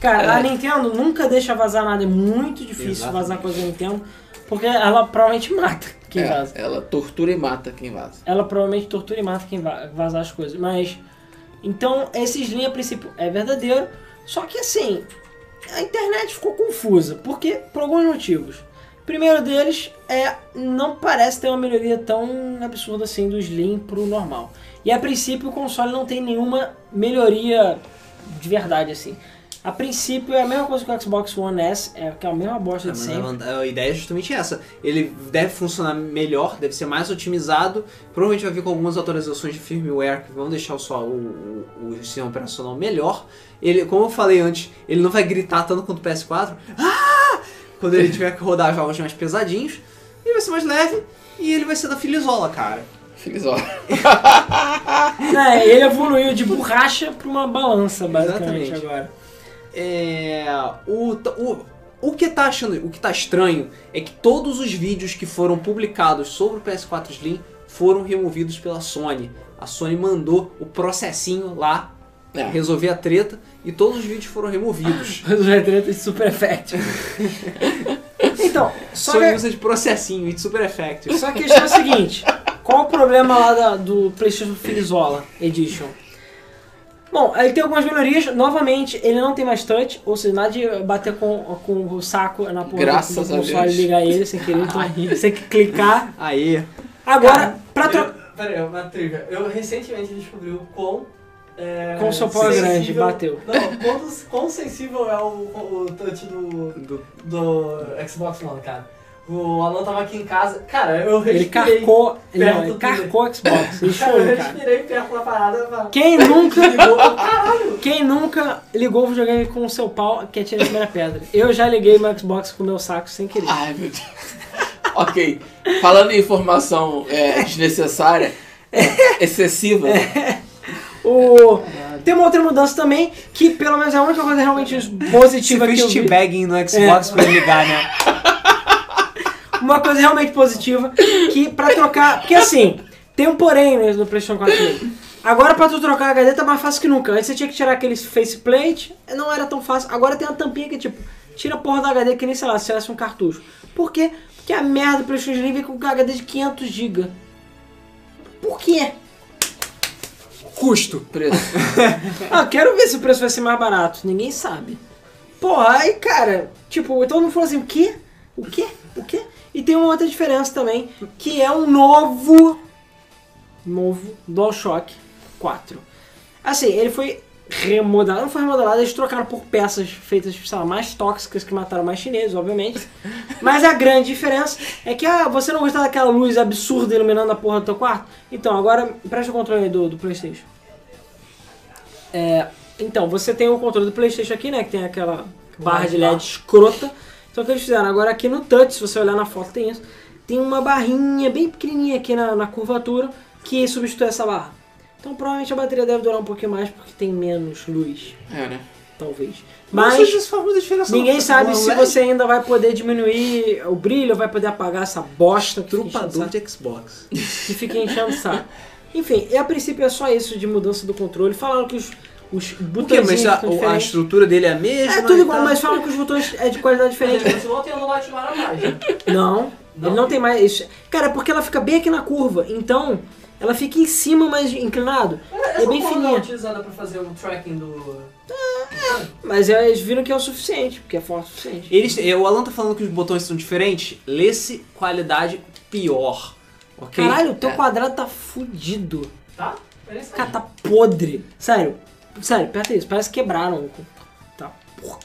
Cara, a Nintendo nunca deixa vazar nada. É muito difícil Exatamente. vazar coisa da Nintendo, porque ela provavelmente mata quem É, vaza. Ela tortura e mata quem vaza. Ela provavelmente tortura e mata quem va- vazar as coisas. Mas. Então, esses linha a princípio é verdadeiro. Só que assim, a internet ficou confusa. Porque, por alguns motivos. Primeiro deles é. Não parece ter uma melhoria tão absurda assim do Slim pro normal. E a princípio o console não tem nenhuma melhoria de verdade assim. A princípio é a mesma coisa que o Xbox One S, é que é a mesma bosta Ah, de mas sempre. a vanta- a ideia é justamente essa. Ele deve funcionar melhor, deve ser mais otimizado. Provavelmente vai vir com algumas atualizações de firmware que vão deixar o, só- o, o, o sistema operacional melhor. Ele, como eu falei antes, ele não vai gritar tanto quanto o PS4. "Ah!" [LAUGHS] Quando ele tiver que rodar jogos mais pesadinhos. Ele vai ser mais leve e ele vai ser da filizola, cara. Felizó. [LAUGHS] É, ele evoluiu de borracha pra uma balança, basicamente, Exatamente. agora. [LAUGHS] É, o, t- o, o que tá achando, o que tá estranho é que todos os vídeos que foram publicados sobre o PS4 Slim foram removidos pela Sony. A Sony mandou o processinho lá É. resolver a treta e todos os vídeos foram removidos. Mas o retreta é super effect. [LAUGHS] então, [LAUGHS] só Sony que, usa de processinho e de super effect. só que a questão é a seguinte. Qual o problema lá da- do PlayStation Filizola Edition? Bom, ele tem algumas melhorias. Novamente, ele não tem mais touch, ou seja, nada de bater com, com o saco na porra Graças do a console Deus. e ligar ele sem querer. Então, você tem que clicar. Aê. Agora, pra trocar... Eu- Pera aí, uma trivia. Eu recentemente descobri o quão. É, Como seu pau é grande, sensível- bateu. Não, quão, quão sensível é o, o touch do, do Xbox One, cara. O Alan tava aqui em casa. Cara, eu Ele respirei. carcou... Ele, não, perto ele do- carcou o Xbox. Ele Cara, eu chorou, cara. respirei perto da parada. pra- Quem nunca... Ligou, caralho! Quem nira ligou o videogame com o seu pau que atira a primeira pedra? Eu já liguei meu Xbox com o meu saco sem querer. Ai, meu Deus. [LAUGHS] ok. Falando em informação é, desnecessária, é, excessiva, O... Tem uma outra mudança também, que pelo menos é a única coisa realmente positiva que eu vi. teabagging no Xbox pra ligar, né? Uma coisa realmente positiva, que pra trocar... Porque assim, tem um porém né, no PlayStation 4 Mini. Agora pra tu trocar a HD tá mais fácil que nunca. Antes você tinha que tirar aquele faceplate, não era tão fácil. Agora tem uma tampinha que é tipo, tira a porra da HD que nem, sei lá, se tivesse um cartucho. Por quê? Porque a merda do PlayStation Slim vem com HD de 500GB. Por quê? Custo. preço. Ah, quero ver se o preço vai ser mais barato. Ninguém sabe. Porra, aí, cara, tipo, todo mundo falou assim, o quê? O quê? O quê? E tem uma outra diferença também, que é um novo... Novo DualShock 4. Assim, ele foi remodelado, não foi remodelado, eles trocaram por peças feitas, sei lá, mais tóxicas, que mataram mais chineses, obviamente. Mas a grande diferença é que ah, você não gostava daquela luz absurda iluminando a porra do teu quarto? Então, agora presta o controle aí do, do Playstation. É, então, você tem o controle do Playstation aqui, né? Que tem aquela barra de LED escrota. Então o que eles fizeram? Agora aqui no touch, se você olhar na foto, tem isso. Tem uma barrinha bem pequenininha aqui na, na curvatura que substitui essa barra. Então provavelmente a bateria deve durar um pouquinho mais porque tem menos luz, É, né? talvez. Mas Mas isso faz muita diferença. ninguém não. sabe Não, se né? você ainda vai poder diminuir o brilho, vai poder apagar essa bosta que fica enchendo o Trupador saco de Xbox. que fica enchendo o saco. Enfim, e a princípio é só isso de mudança do controle. Falaram que os, Os Por quê? botões Mas a, estão a diferentes. estrutura dele é a mesma? É tudo e igual, tal? mas falam que os botões é de qualidade diferente. Gente, você volta e eu não vai [LAUGHS] ativar a mais. Não, [LAUGHS] Não? ele não tem mais. isso- Cara, porque ela fica bem aqui na curva, então ela fica em cima, mas inclinado. bem Essa porra não fininha. é utilizada pra fazer o tracking do... Mas eles viram que é o suficiente, porque é forte o suficiente. Eles, é, o Alan tá falando que os botões são diferentes. Lê-se qualidade pior. Ok? Caralho, o teu É. quadrado tá fudido. Tá? É isso aí. Cara, tá podre. Sério, sério, aperta isso. Parece que quebraram. o co- Tá. Porra.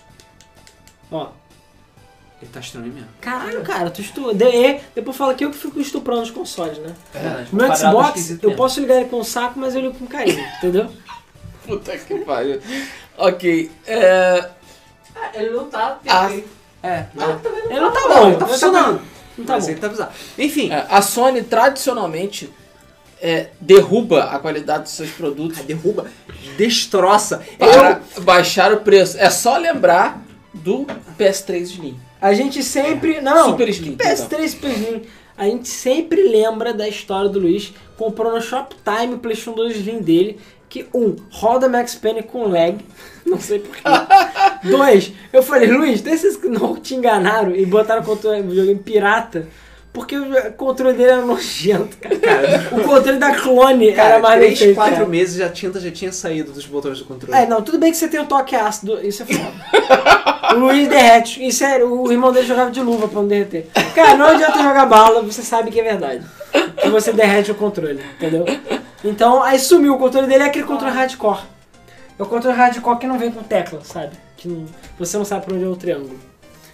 Ó. Ele tá estranho mesmo. Caralho, cara, tu estu... de- Depois fala que eu que fico estuprando os consoles, né? É, No Xbox, eu posso ligar ele com o saco, mas eu ligo com carinho, entendeu? Puta que pariu. ok. É... Ah, Ele não tá... Tem... Ah. É, não. Ele não tá Não, bom, ele tá funcionando. Não tá mas bom. ele tá bizarro. Enfim, é, A Sony tradicionalmente é, derruba a qualidade dos seus produtos ah, derruba, destroça. para baixar o preço. É só lembrar do PS3 Slim. A gente sempre. Não, Super Slim. perdão. PS3 Super Slim. A gente sempre lembra da história do Luiz comprou no Shoptime o PlayStation 2 Slim dele. Que um, roda Max Payne com lag. [LAUGHS] Não sei porquê. Dois, eu falei, Luiz, desses que não te enganaram e botaram o controle do jogo em pirata. Porque o controle dele era nojento, cara. O controle da clone era Cara, mais 3, nojento, 4 cara. meses já a tinta já tinha saído dos botões do controle. É, não, tudo bem que você tem o toque ácido, isso é foda. o Luiz derrete. E sério, o irmão dele jogava de luva pra não derreter. Cara, não adianta jogar bala, você sabe que é verdade. Que você derrete o controle, entendeu? Então, aí sumiu o controle dele, é aquele controle hardcore. É o controle hardcore que não vem com tecla, sabe? Que não- você não sabe pra onde é o triângulo.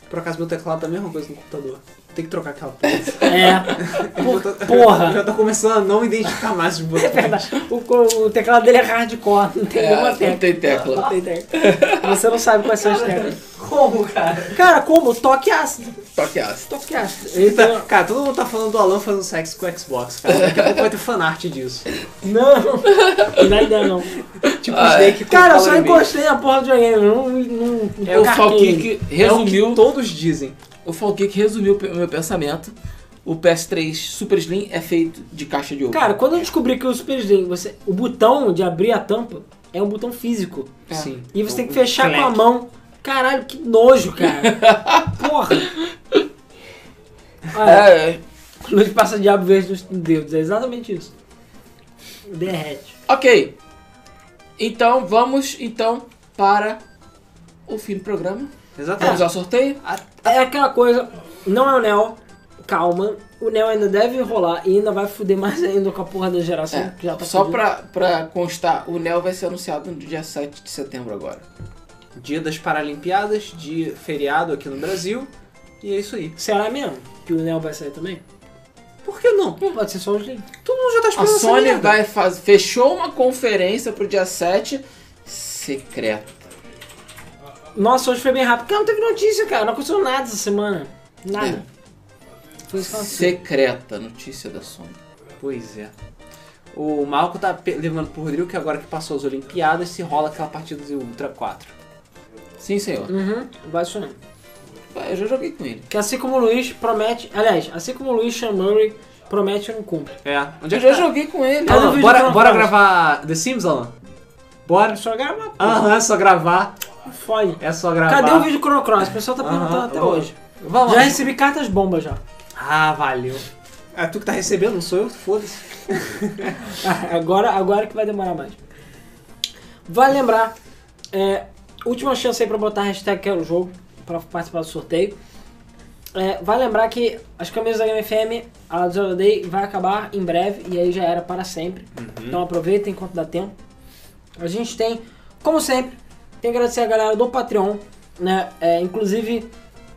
Por acaso meu teclado tá a mesma coisa no computador. Tem que trocar aquela porra. É. Eu já tô- porra. [LAUGHS] Eu já tô começando a não me identificar mais os [LAUGHS] É botões. verdade. O, co- o teclado dele é hardcore, não tem nenhuma É, não tecla. tem tecla. Não tem tecla. Você não sabe quais são as teclas. Como, cara? Cara, como? Toque ácido. Só que ah, essa. Toque ácido. Ele tem- Tá, cara, todo mundo tá falando do Alan fazendo sexo com o Xbox, cara. Daqui a pouco vai ter fanart disso. Não, não dá ideia não. Tipo Ah, é. Snake com Cara, eu cola só de meia. encostei a porra do videogame. Não, não, não É O toquei. Falkick É o que resumiu. todos dizem. O Falkick resumiu o meu pensamento. O PS3 Super Slim é feito de caixa de ouro. Cara, quando eu descobri que o Super Slim, você, o botão de abrir a tampa é um botão físico. É. Sim. um E você tem que O- fechar com a mão. Caralho, que nojo, cara. [LAUGHS] Porra. Olha, É, é. Luiz passa diabo verde nos dedos. É exatamente isso. Derrete. ok. Então vamos então para o fim do programa. Vamos Exatamente. ao sorteio. É aquela coisa, não é o Neo, calma. O Neo ainda deve rolar e ainda vai fuder mais ainda com a porra da geração. É, que já tá só fudida. pra, pra constar, o Neo vai ser anunciado no dia 7 de setembro agora. Dia das Paralimpiadas, dia feriado aqui no Brasil. E é isso aí. Será mesmo que o Neo vai sair também? Por que não? Não pode ser só o Slim. Todo mundo já tá A esperando essa Sony merda. vai faz... fechou uma conferência pro dia 7 secreta. Nossa, hoje foi bem rápido. Cara, não teve notícia, cara. Não aconteceu nada essa semana. Nada. Foi isso que aconteceu. Secreta notícia da Sony. Pois é. O Malco tá pe- levando pro Rodrigo que agora que passou as Olimpiadas, se rola aquela partida do Ultra 4. Sim, senhor. Uhum, vai isso não. Eu já joguei com ele. Que assim como o Luiz promete. Aliás, assim como o Luiz Sean Murray promete, não cumpre. É. Onde é Eu que já tá? joguei com ele. Tá no Alan, vídeo bora, pra bora nós. gravar The Sims, Alan? Bora. É só gravar, pô. Aham, é só gravar. Fode. É só gravar. Cadê o vídeo Chrono Cross? O pessoal tá Aham, perguntando até vou- hoje. Vamos Já lá. recebi cartas bomba já. [LAUGHS] Ah, valeu. É tu que tá recebendo, não sou eu? Foda-se. Ah, agora, agora que vai demorar mais. Vale lembrar, é, última chance aí pra botar a hashtag quero jogo pra participar do sorteio. É, vale lembrar que as camisas da Game FM, a do Zero Day, vai acabar em breve e aí já era para sempre. Então aproveita enquanto dá tempo. A gente tem, como sempre, tem que agradecer a galera do Patreon, né? É, inclusive,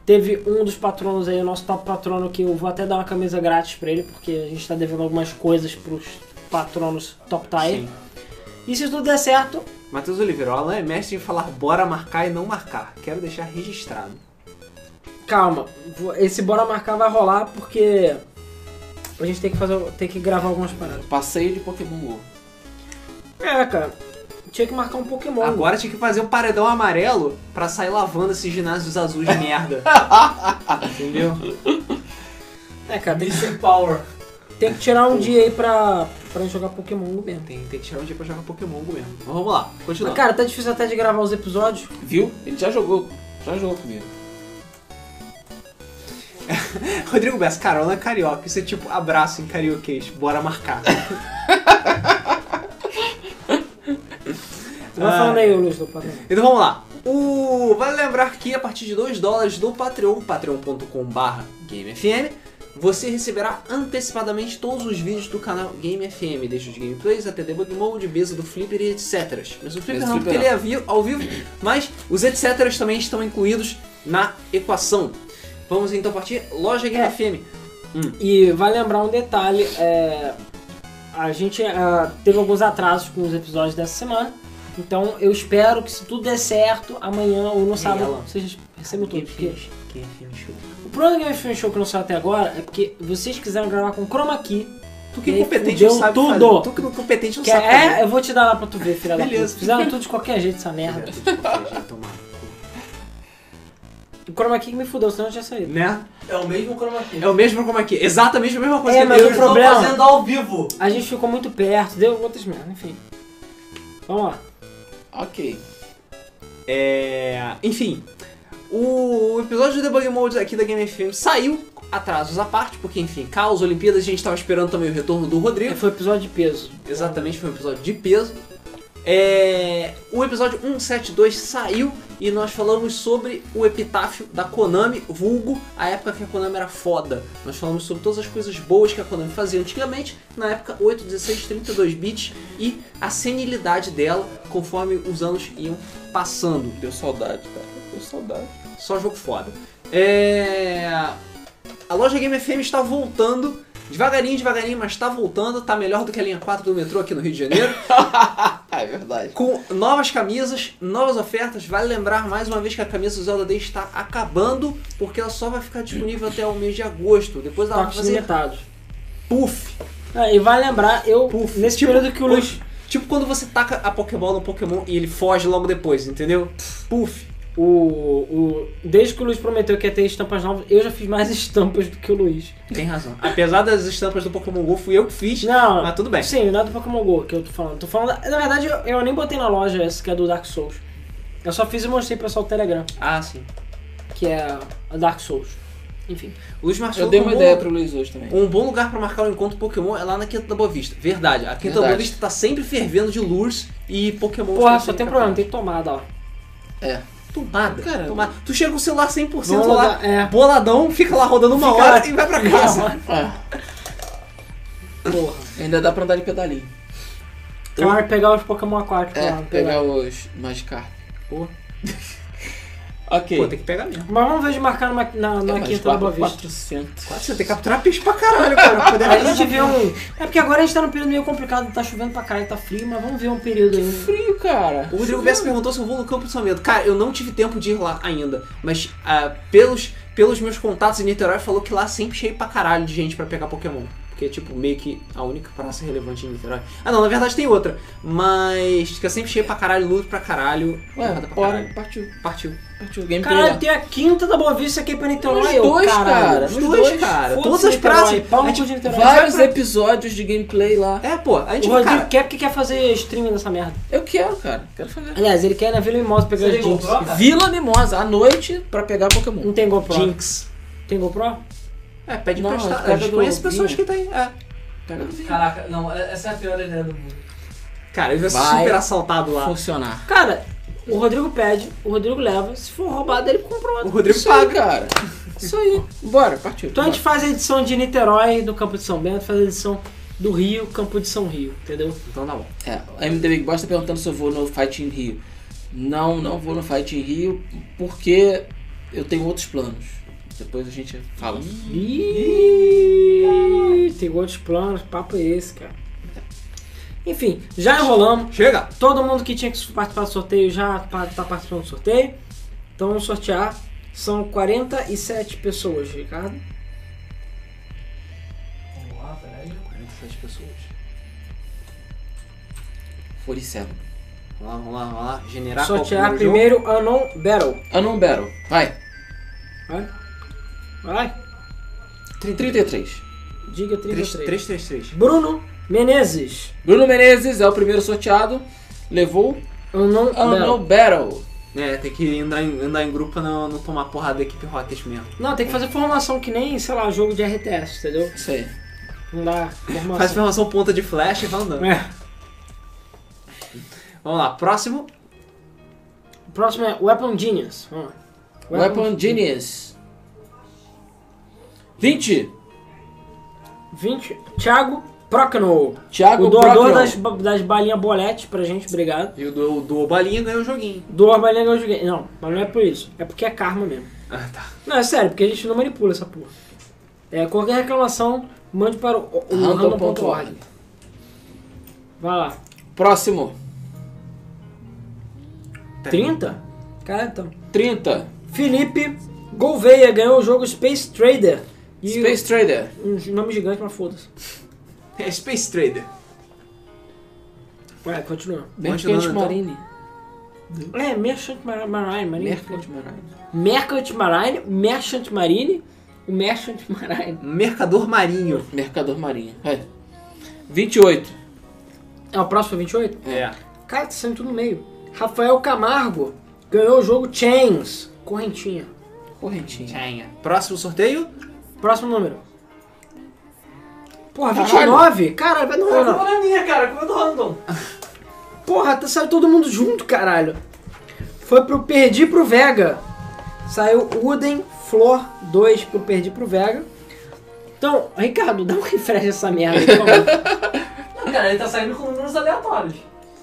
teve um dos patronos aí, o nosso top patrono, que eu vou até dar uma camisa grátis pra ele, porque a gente tá devendo algumas coisas pros patronos top tier. Sim. E se tudo der certo, Matheus Oliveira, o Alan é mestre em falar bora marcar e não marcar. Quero deixar registrado. calma, vou- esse bora marcar vai rolar, porque a gente tem que fazer, tem que gravar algumas paradas. Passeio de Pokémon GO. É, cara, tinha que marcar um Pokémon. Agora tinha que fazer um paredão amarelo pra sair lavando esses ginásios azuis [LAUGHS] de merda. Entendeu? É, cara, tem que Mystic Power. Tem que tirar um dia aí pra, pra gente jogar Pokémon Go mesmo. Tem, tem que tirar um dia pra jogar Pokémon Go mesmo. Mas vamos lá, continua. Mas, cara, tá difícil até de gravar os episódios. Viu? Ele já jogou. Já jogou comigo. Rodrigo Bessa, Carol é carioca. Isso é tipo abraço em carioquês. Bora marcar. Vai Ah. falando aí, ô Luiz do Patrão. Então vamos lá. O... Vale lembrar que a partir de 2 dólares do Patreon, patreon.com.br GameFM, você receberá antecipadamente todos os vídeos do canal Game FM, desde os gameplays até debug mode, mesa do Flipper e etc. Mas o Flipper Mesa do não, Flipper porque ele é vi- ao vivo, mas os etc também estão incluídos na equação. Vamos então partir, loja Game É. FM. E vai lembrar um detalhe, é, a gente é, teve alguns atrasos com os episódios dessa semana, então eu espero que se tudo der certo, amanhã ou no sábado Alan, vocês recebam tudo. Porque Game FM Show. o problema do Game Film Show que não saiu até agora é porque vocês quiseram gravar com Chroma Key, Tu que E é aí incompetente fudeu não sabe tudo. fazer. Tu que não competente não que sabe é, fazer. eu vou te dar lá pra tu ver, filha da puta. Beleza. Fizeram tudo de qualquer jeito essa merda. O Chroma Key que me fudeu, senão eu já saí. [LAUGHS] Né? É o mesmo chroma key. É o mesmo como aqui. Exatamente a mesma coisa É, que mas eu o Eles tão problema- fazendo ao vivo. A gente ficou muito perto, deu outras merdas, enfim. Vamos lá. Ok. É, Enfim. O episódio do Debug Mode aqui da Game FM saiu, atrasos à parte, porque enfim, caos, Olimpíadas, a gente tava esperando também o retorno do Rodrigo. Foi um episódio de peso. Exatamente, foi um episódio de peso. É, O episódio 172 saiu e nós falamos sobre o epitáfio da Konami, vulgo, a época que a Konami era foda. Nós falamos sobre todas as coisas boas que a Konami fazia antigamente, na época 8, 16, 32 bits e a senilidade dela conforme os anos iam passando. Deu saudade, cara. Deu saudade. Só jogo foda. É... A loja Game FM está voltando. Devagarinho, devagarinho, mas está voltando. Tá melhor do que a linha 4 do metrô aqui no Rio de Janeiro. Ah, é verdade. Com novas camisas, novas ofertas. Vale lembrar mais uma vez que a camisa do Zelda Day está acabando, porque ela só vai ficar disponível até o mês de agosto. Depois ela vai Toques fazer limitados. puff. Ah, e vai lembrar, eu, nesse período que o Luiz. Tipo quando você taca a Pokébola no Pokémon e ele foge logo depois, entendeu? Puff. O, o, desde que o Luiz prometeu que ia ter estampas novas, eu já fiz mais [LAUGHS] estampas do que o Luiz. Tem razão. Apesar das estampas do Pokémon GO, fui eu que fiz. Não, Mas tudo bem. Sim, não é do Pokémon GO que eu tô falando. Tô falando. Na verdade, eu, eu nem botei na loja essa que é do Dark Souls. Eu só fiz e mostrei pro pessoal do Telegram, Ah, sim. que é a Dark Souls. Enfim. Luiz Marcelo Eu dei uma tomou- ideia pro Luiz hoje também. Um bom lugar pra marcar o encontro Pokémon é lá na Quinta da Boa Vista. Verdade, a Quinta da Verdade. Boa Vista tá sempre fervendo de lures e Pokémon. Porra, só tem problema, tem tomada, ó. É. Tomada, Cara, tomada. Tu chega com o celular 100% Vamos lá, rodar, é. boladão, fica lá rodando uma Fica hora lá. e vai pra casa. Ah, Porra. ainda dá pra andar de pedalinho. Tem hora de pegar os Pokémon aquáticos É, lá. pegar os Magikarp. Porra. [LAUGHS] Ok. Pô, tem que pegar mesmo. Mas vamos ver de marcar numa, na, É, na mas quinta da Boa quatro- Vista. 400. Quase você tem que capturar peixe pra caralho, cara. pra poder A gente fazer vê um. É porque agora a gente tá num período meio complicado, tá chovendo pra caralho, tá frio, mas vamos ver um período aí. Frio, cara. O Rodrigo Bessa perguntou se eu vou no campo de São Cara, eu não tive tempo de ir lá ainda, mas ah, pelos, pelos meus contatos em Niterói, falou que lá sempre cheio pra caralho de gente pra pegar Pokémon. Porque é tipo meio que a única praça relevante em Niterói. Ah, não, na verdade tem outra, mas fica sempre cheio pra caralho, luto pra caralho, porrada Ué, pra bora. caralho. Partiu. Partiu. Partiu. Gameplay Caralho, lá. tem a quinta da Boa Vista aqui pra Niterói. Os eu, dois, cara. caralho. Os Os dois, dois, cara. Foda-se Todas as Niterói, praças. Pau no A cu gente- de Niterói. Vários Vai episódios de gameplay lá. É, pô, a O gente. Rodrigo Cara, quer porque quer fazer streaming dessa merda. Eu quero, cara. Quero fazer. Aliás, ele quer ir na Vila Mimosa pegar Você as ligou Jinx. pro cara? Vila Mimosa, à noite, pra pegar Pokémon. Não tem GoPro. Jinx. Tem GoPro? É, pede Não, emprestado. pega A gente do conhece pessoas vinho. que tem. É. Pega no Vila. Caraca, não, essa é a pior ideia do mundo. Cara, ele vai ser Vai. super assaltado lá. Funcionar. Cara, o Rodrigo pede, o Rodrigo leva. Se for roubado, ele compra O outro. Rodrigo Isso aí, paga. cara. Isso aí. Bora, partiu. Então a gente Bora. faz a edição de Niterói do Campo de São Bento, faz a edição do Rio, Campo de São Rio, entendeu? Então tá bom. É, a MD Big Boss tá perguntando se eu vou no Fight in Rio. Não, não vou no Fight in Rio porque eu tenho outros planos. Depois a gente fala. Ih, tem outros planos, papo é esse, cara. Enfim, já enrolamos. Chega! Todo mundo que tinha que participar do sorteio já pa- tá participando do sorteio. Então vamos sortear. São 47 pessoas, Ricardo. Vamos lá, peraí. 47 pessoas. Foricelo. Vamos lá, vamos lá, vamos lá. Generar Tá, qual sortear o primeiro jogo? primeiro Anon Battle. Anon Battle. Vai. Vai. Vai. Tem 33. Diga 33. 333. Bruno Menezes. Bruno Menezes é o primeiro sorteado. Levou Unknown a Battle. No Battle. É, tem que andar em, andar em grupo pra não, não tomar porrada da equipe Rocket mesmo. Não, tem que fazer formação que nem, sei lá, jogo de RTS, entendeu? Isso aí. Não dá Faz formação. formação ponta de flash e vai andando. É. Vamos lá, próximo. O próximo é Weapon Genius. Vamos lá. Weapon Genius. 20. 20. Thiago Procno. Thiago o doador Procno. das, ba- das balinhas bolete pra gente, obrigado. E o do, do Obalinha ganhou o joguinho. Doar balinha que eu joguei. Não, mas não é por isso. É porque é karma mesmo. Ah, tá. Não, é sério, porque a gente não manipula essa porra. É, qualquer reclamação, mande para o, o o Random.org. random.org. Vai lá. Próximo. 30? Cara, então. 30. Felipe Gouveia ganhou o jogo Space Trader. E Space Trader. Um nome gigante, mas foda-se. É Space Trader. Vai, continua. Merchant então. Marine. É, Merchant Mar- Marine. Marine. Merchant Marine. Merchant Marine. Merchant Marine. O Merchant [LAUGHS] Marine. Mercador Marinho. Mercador É. Marinho. Vai. 28. É o próximo 28? É. Cara, tá saindo tudo no meio. Rafael Camargo ganhou o jogo Chains. Correntinha. Correntinha. Tenha. Próximo sorteio? Próximo número. Porra, 29? Caralho, vai não, Não, não. não é minha, cara, como é do random. Porra, tá saiu todo mundo junto, caralho. Foi pro Perdi pro Vega. Saiu Uden Flor 2 pro Perdi pro Vega. Então, Ricardo, dá um [LAUGHS] refresh nessa merda. aí, por favor. Não, cara, ele tá saindo com números aleatórios.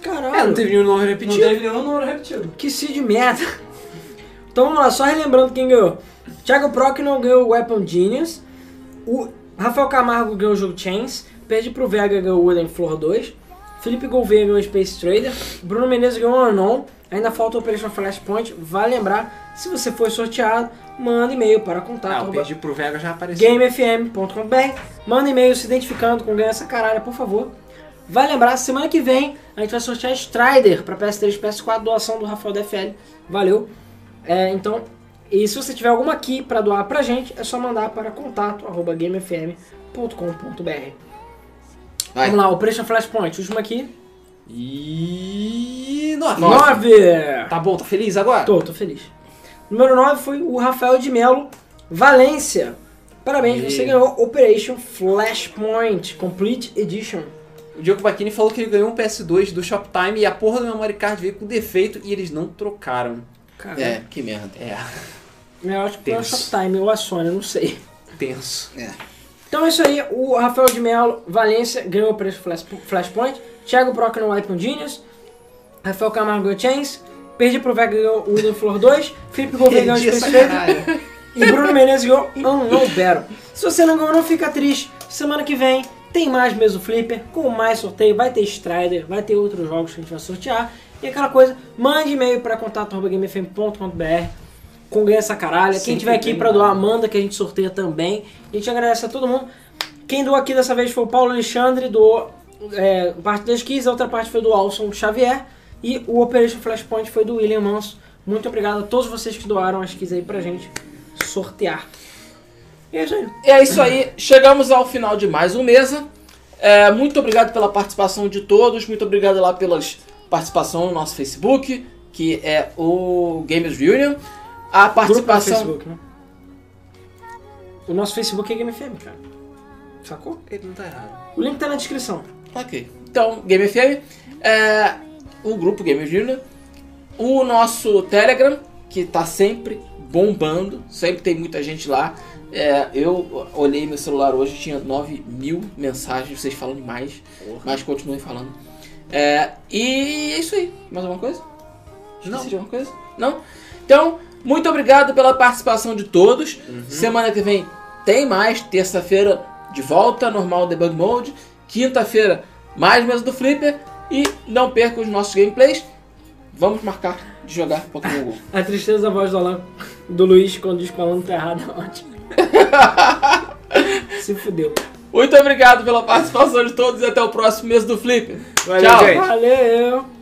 Caralho. É, não teve nenhum nome Não repetido. teve nenhum número repetido. Que seed merda. Então vamos lá, só relembrando quem ganhou. Thiago Procno ganhou o Weapon Genius. O Rafael Camargo ganhou o jogo Chains. Perdi pro Vega ganhou o Wooden Floor 2. Felipe Gouveia ganhou o Space Trader. Bruno Menezes ganhou o Anon. Ainda falta o Operation Flashpoint. Vai lembrar, se você foi sorteado, manda e-mail para Ah, contato. o arroba perdi pro Vega já apareceu. gamefm.com.br. Manda e-mail se identificando com ganha essa caralha, por favor. Vai lembrar, semana que vem a gente vai sortear Strider para PS3 e PS4, doação do Rafael DFL. Valeu. É, então, e se você tiver alguma aqui para doar pra gente, é só mandar para contato@gamefm.com.br. Vai. Vamos lá, o Preço Flashpoint, último aqui. E. Nove. Nove. 9! Tá bom, tá feliz agora? Tô, tô feliz. Número 9 foi o Rafael de Melo Valência. Parabéns, E- você ganhou Operation Flashpoint Complete Edition. O Diogo Baquini falou que ele ganhou um PS2 do Shoptime e a porra do memory card veio com defeito e eles não trocaram. Cara, É, que merda. É, eu acho que é o Deus. Shoptime ou a Sony, eu não sei. tenso. Então é isso aí, o Rafael de Melo Valência ganhou o preço Flash- Flashpoint, Thiago Brock no White Genius, Rafael Camargo ganhou Chains, Perdi pro Vega ganhou o Wooden Floor 2, Felipe Gouveia ganhou o Perdi essa Space Invaders. caralho. E Bruno Menezes ganhou um no Battle. Se você não ganhou, não fica triste. Semana que vem tem mais Meso Flipper, com mais sorteio. Vai ter Strider, vai ter outros jogos que a gente vai sortear. E aquela coisa, mande e-mail para contato.gamefm.com.br com ganha essa caralha. Quem Sempre tiver aqui tem para doar, manda que a gente sorteia também. A gente agradece a todo mundo. Quem doou aqui dessa vez foi o Paulo Alexandre, doou é, parte das 15, a outra parte foi do Alson Xavier e o Operation Flashpoint foi do William Manso. Muito obrigado a todos vocês que doaram as 15 aí pra gente sortear. E é isso aí. E é isso aí, chegamos ao final de mais um Mesa. É, muito obrigado pela participação de todos, muito obrigado lá pelas participação no nosso Facebook, que é o Gamers Reunion. A participação. Grupo no Facebook, né? O nosso Facebook é GameFM, cara. Sacou? Ele não tá errado. O link tá na descrição. Ok. Então, Game FM, é, o grupo Game Junior, o nosso Telegram, que tá sempre bombando, sempre tem muita gente lá. É, eu olhei meu celular hoje, tinha 9 mil mensagens, vocês falam mais, mas continuem falando. É, e é isso aí. Mais alguma coisa? Esqueci Não. de alguma coisa? Não? Então, muito obrigado pela participação de todos. Semana que vem tem mais. Terça-feira de volta, normal debug mode. Quinta-feira, mais mesa do Flipper. E não perca os nossos gameplays. Vamos marcar de jogar Pokémon GO. A tristeza da voz do Alan, do Luiz, quando diz que o Alan tá errado, é ótimo. Se fudeu. Muito obrigado pela participação de todos e até o próximo mês do Flipper. Valeu, Tchau. gente. Valeu!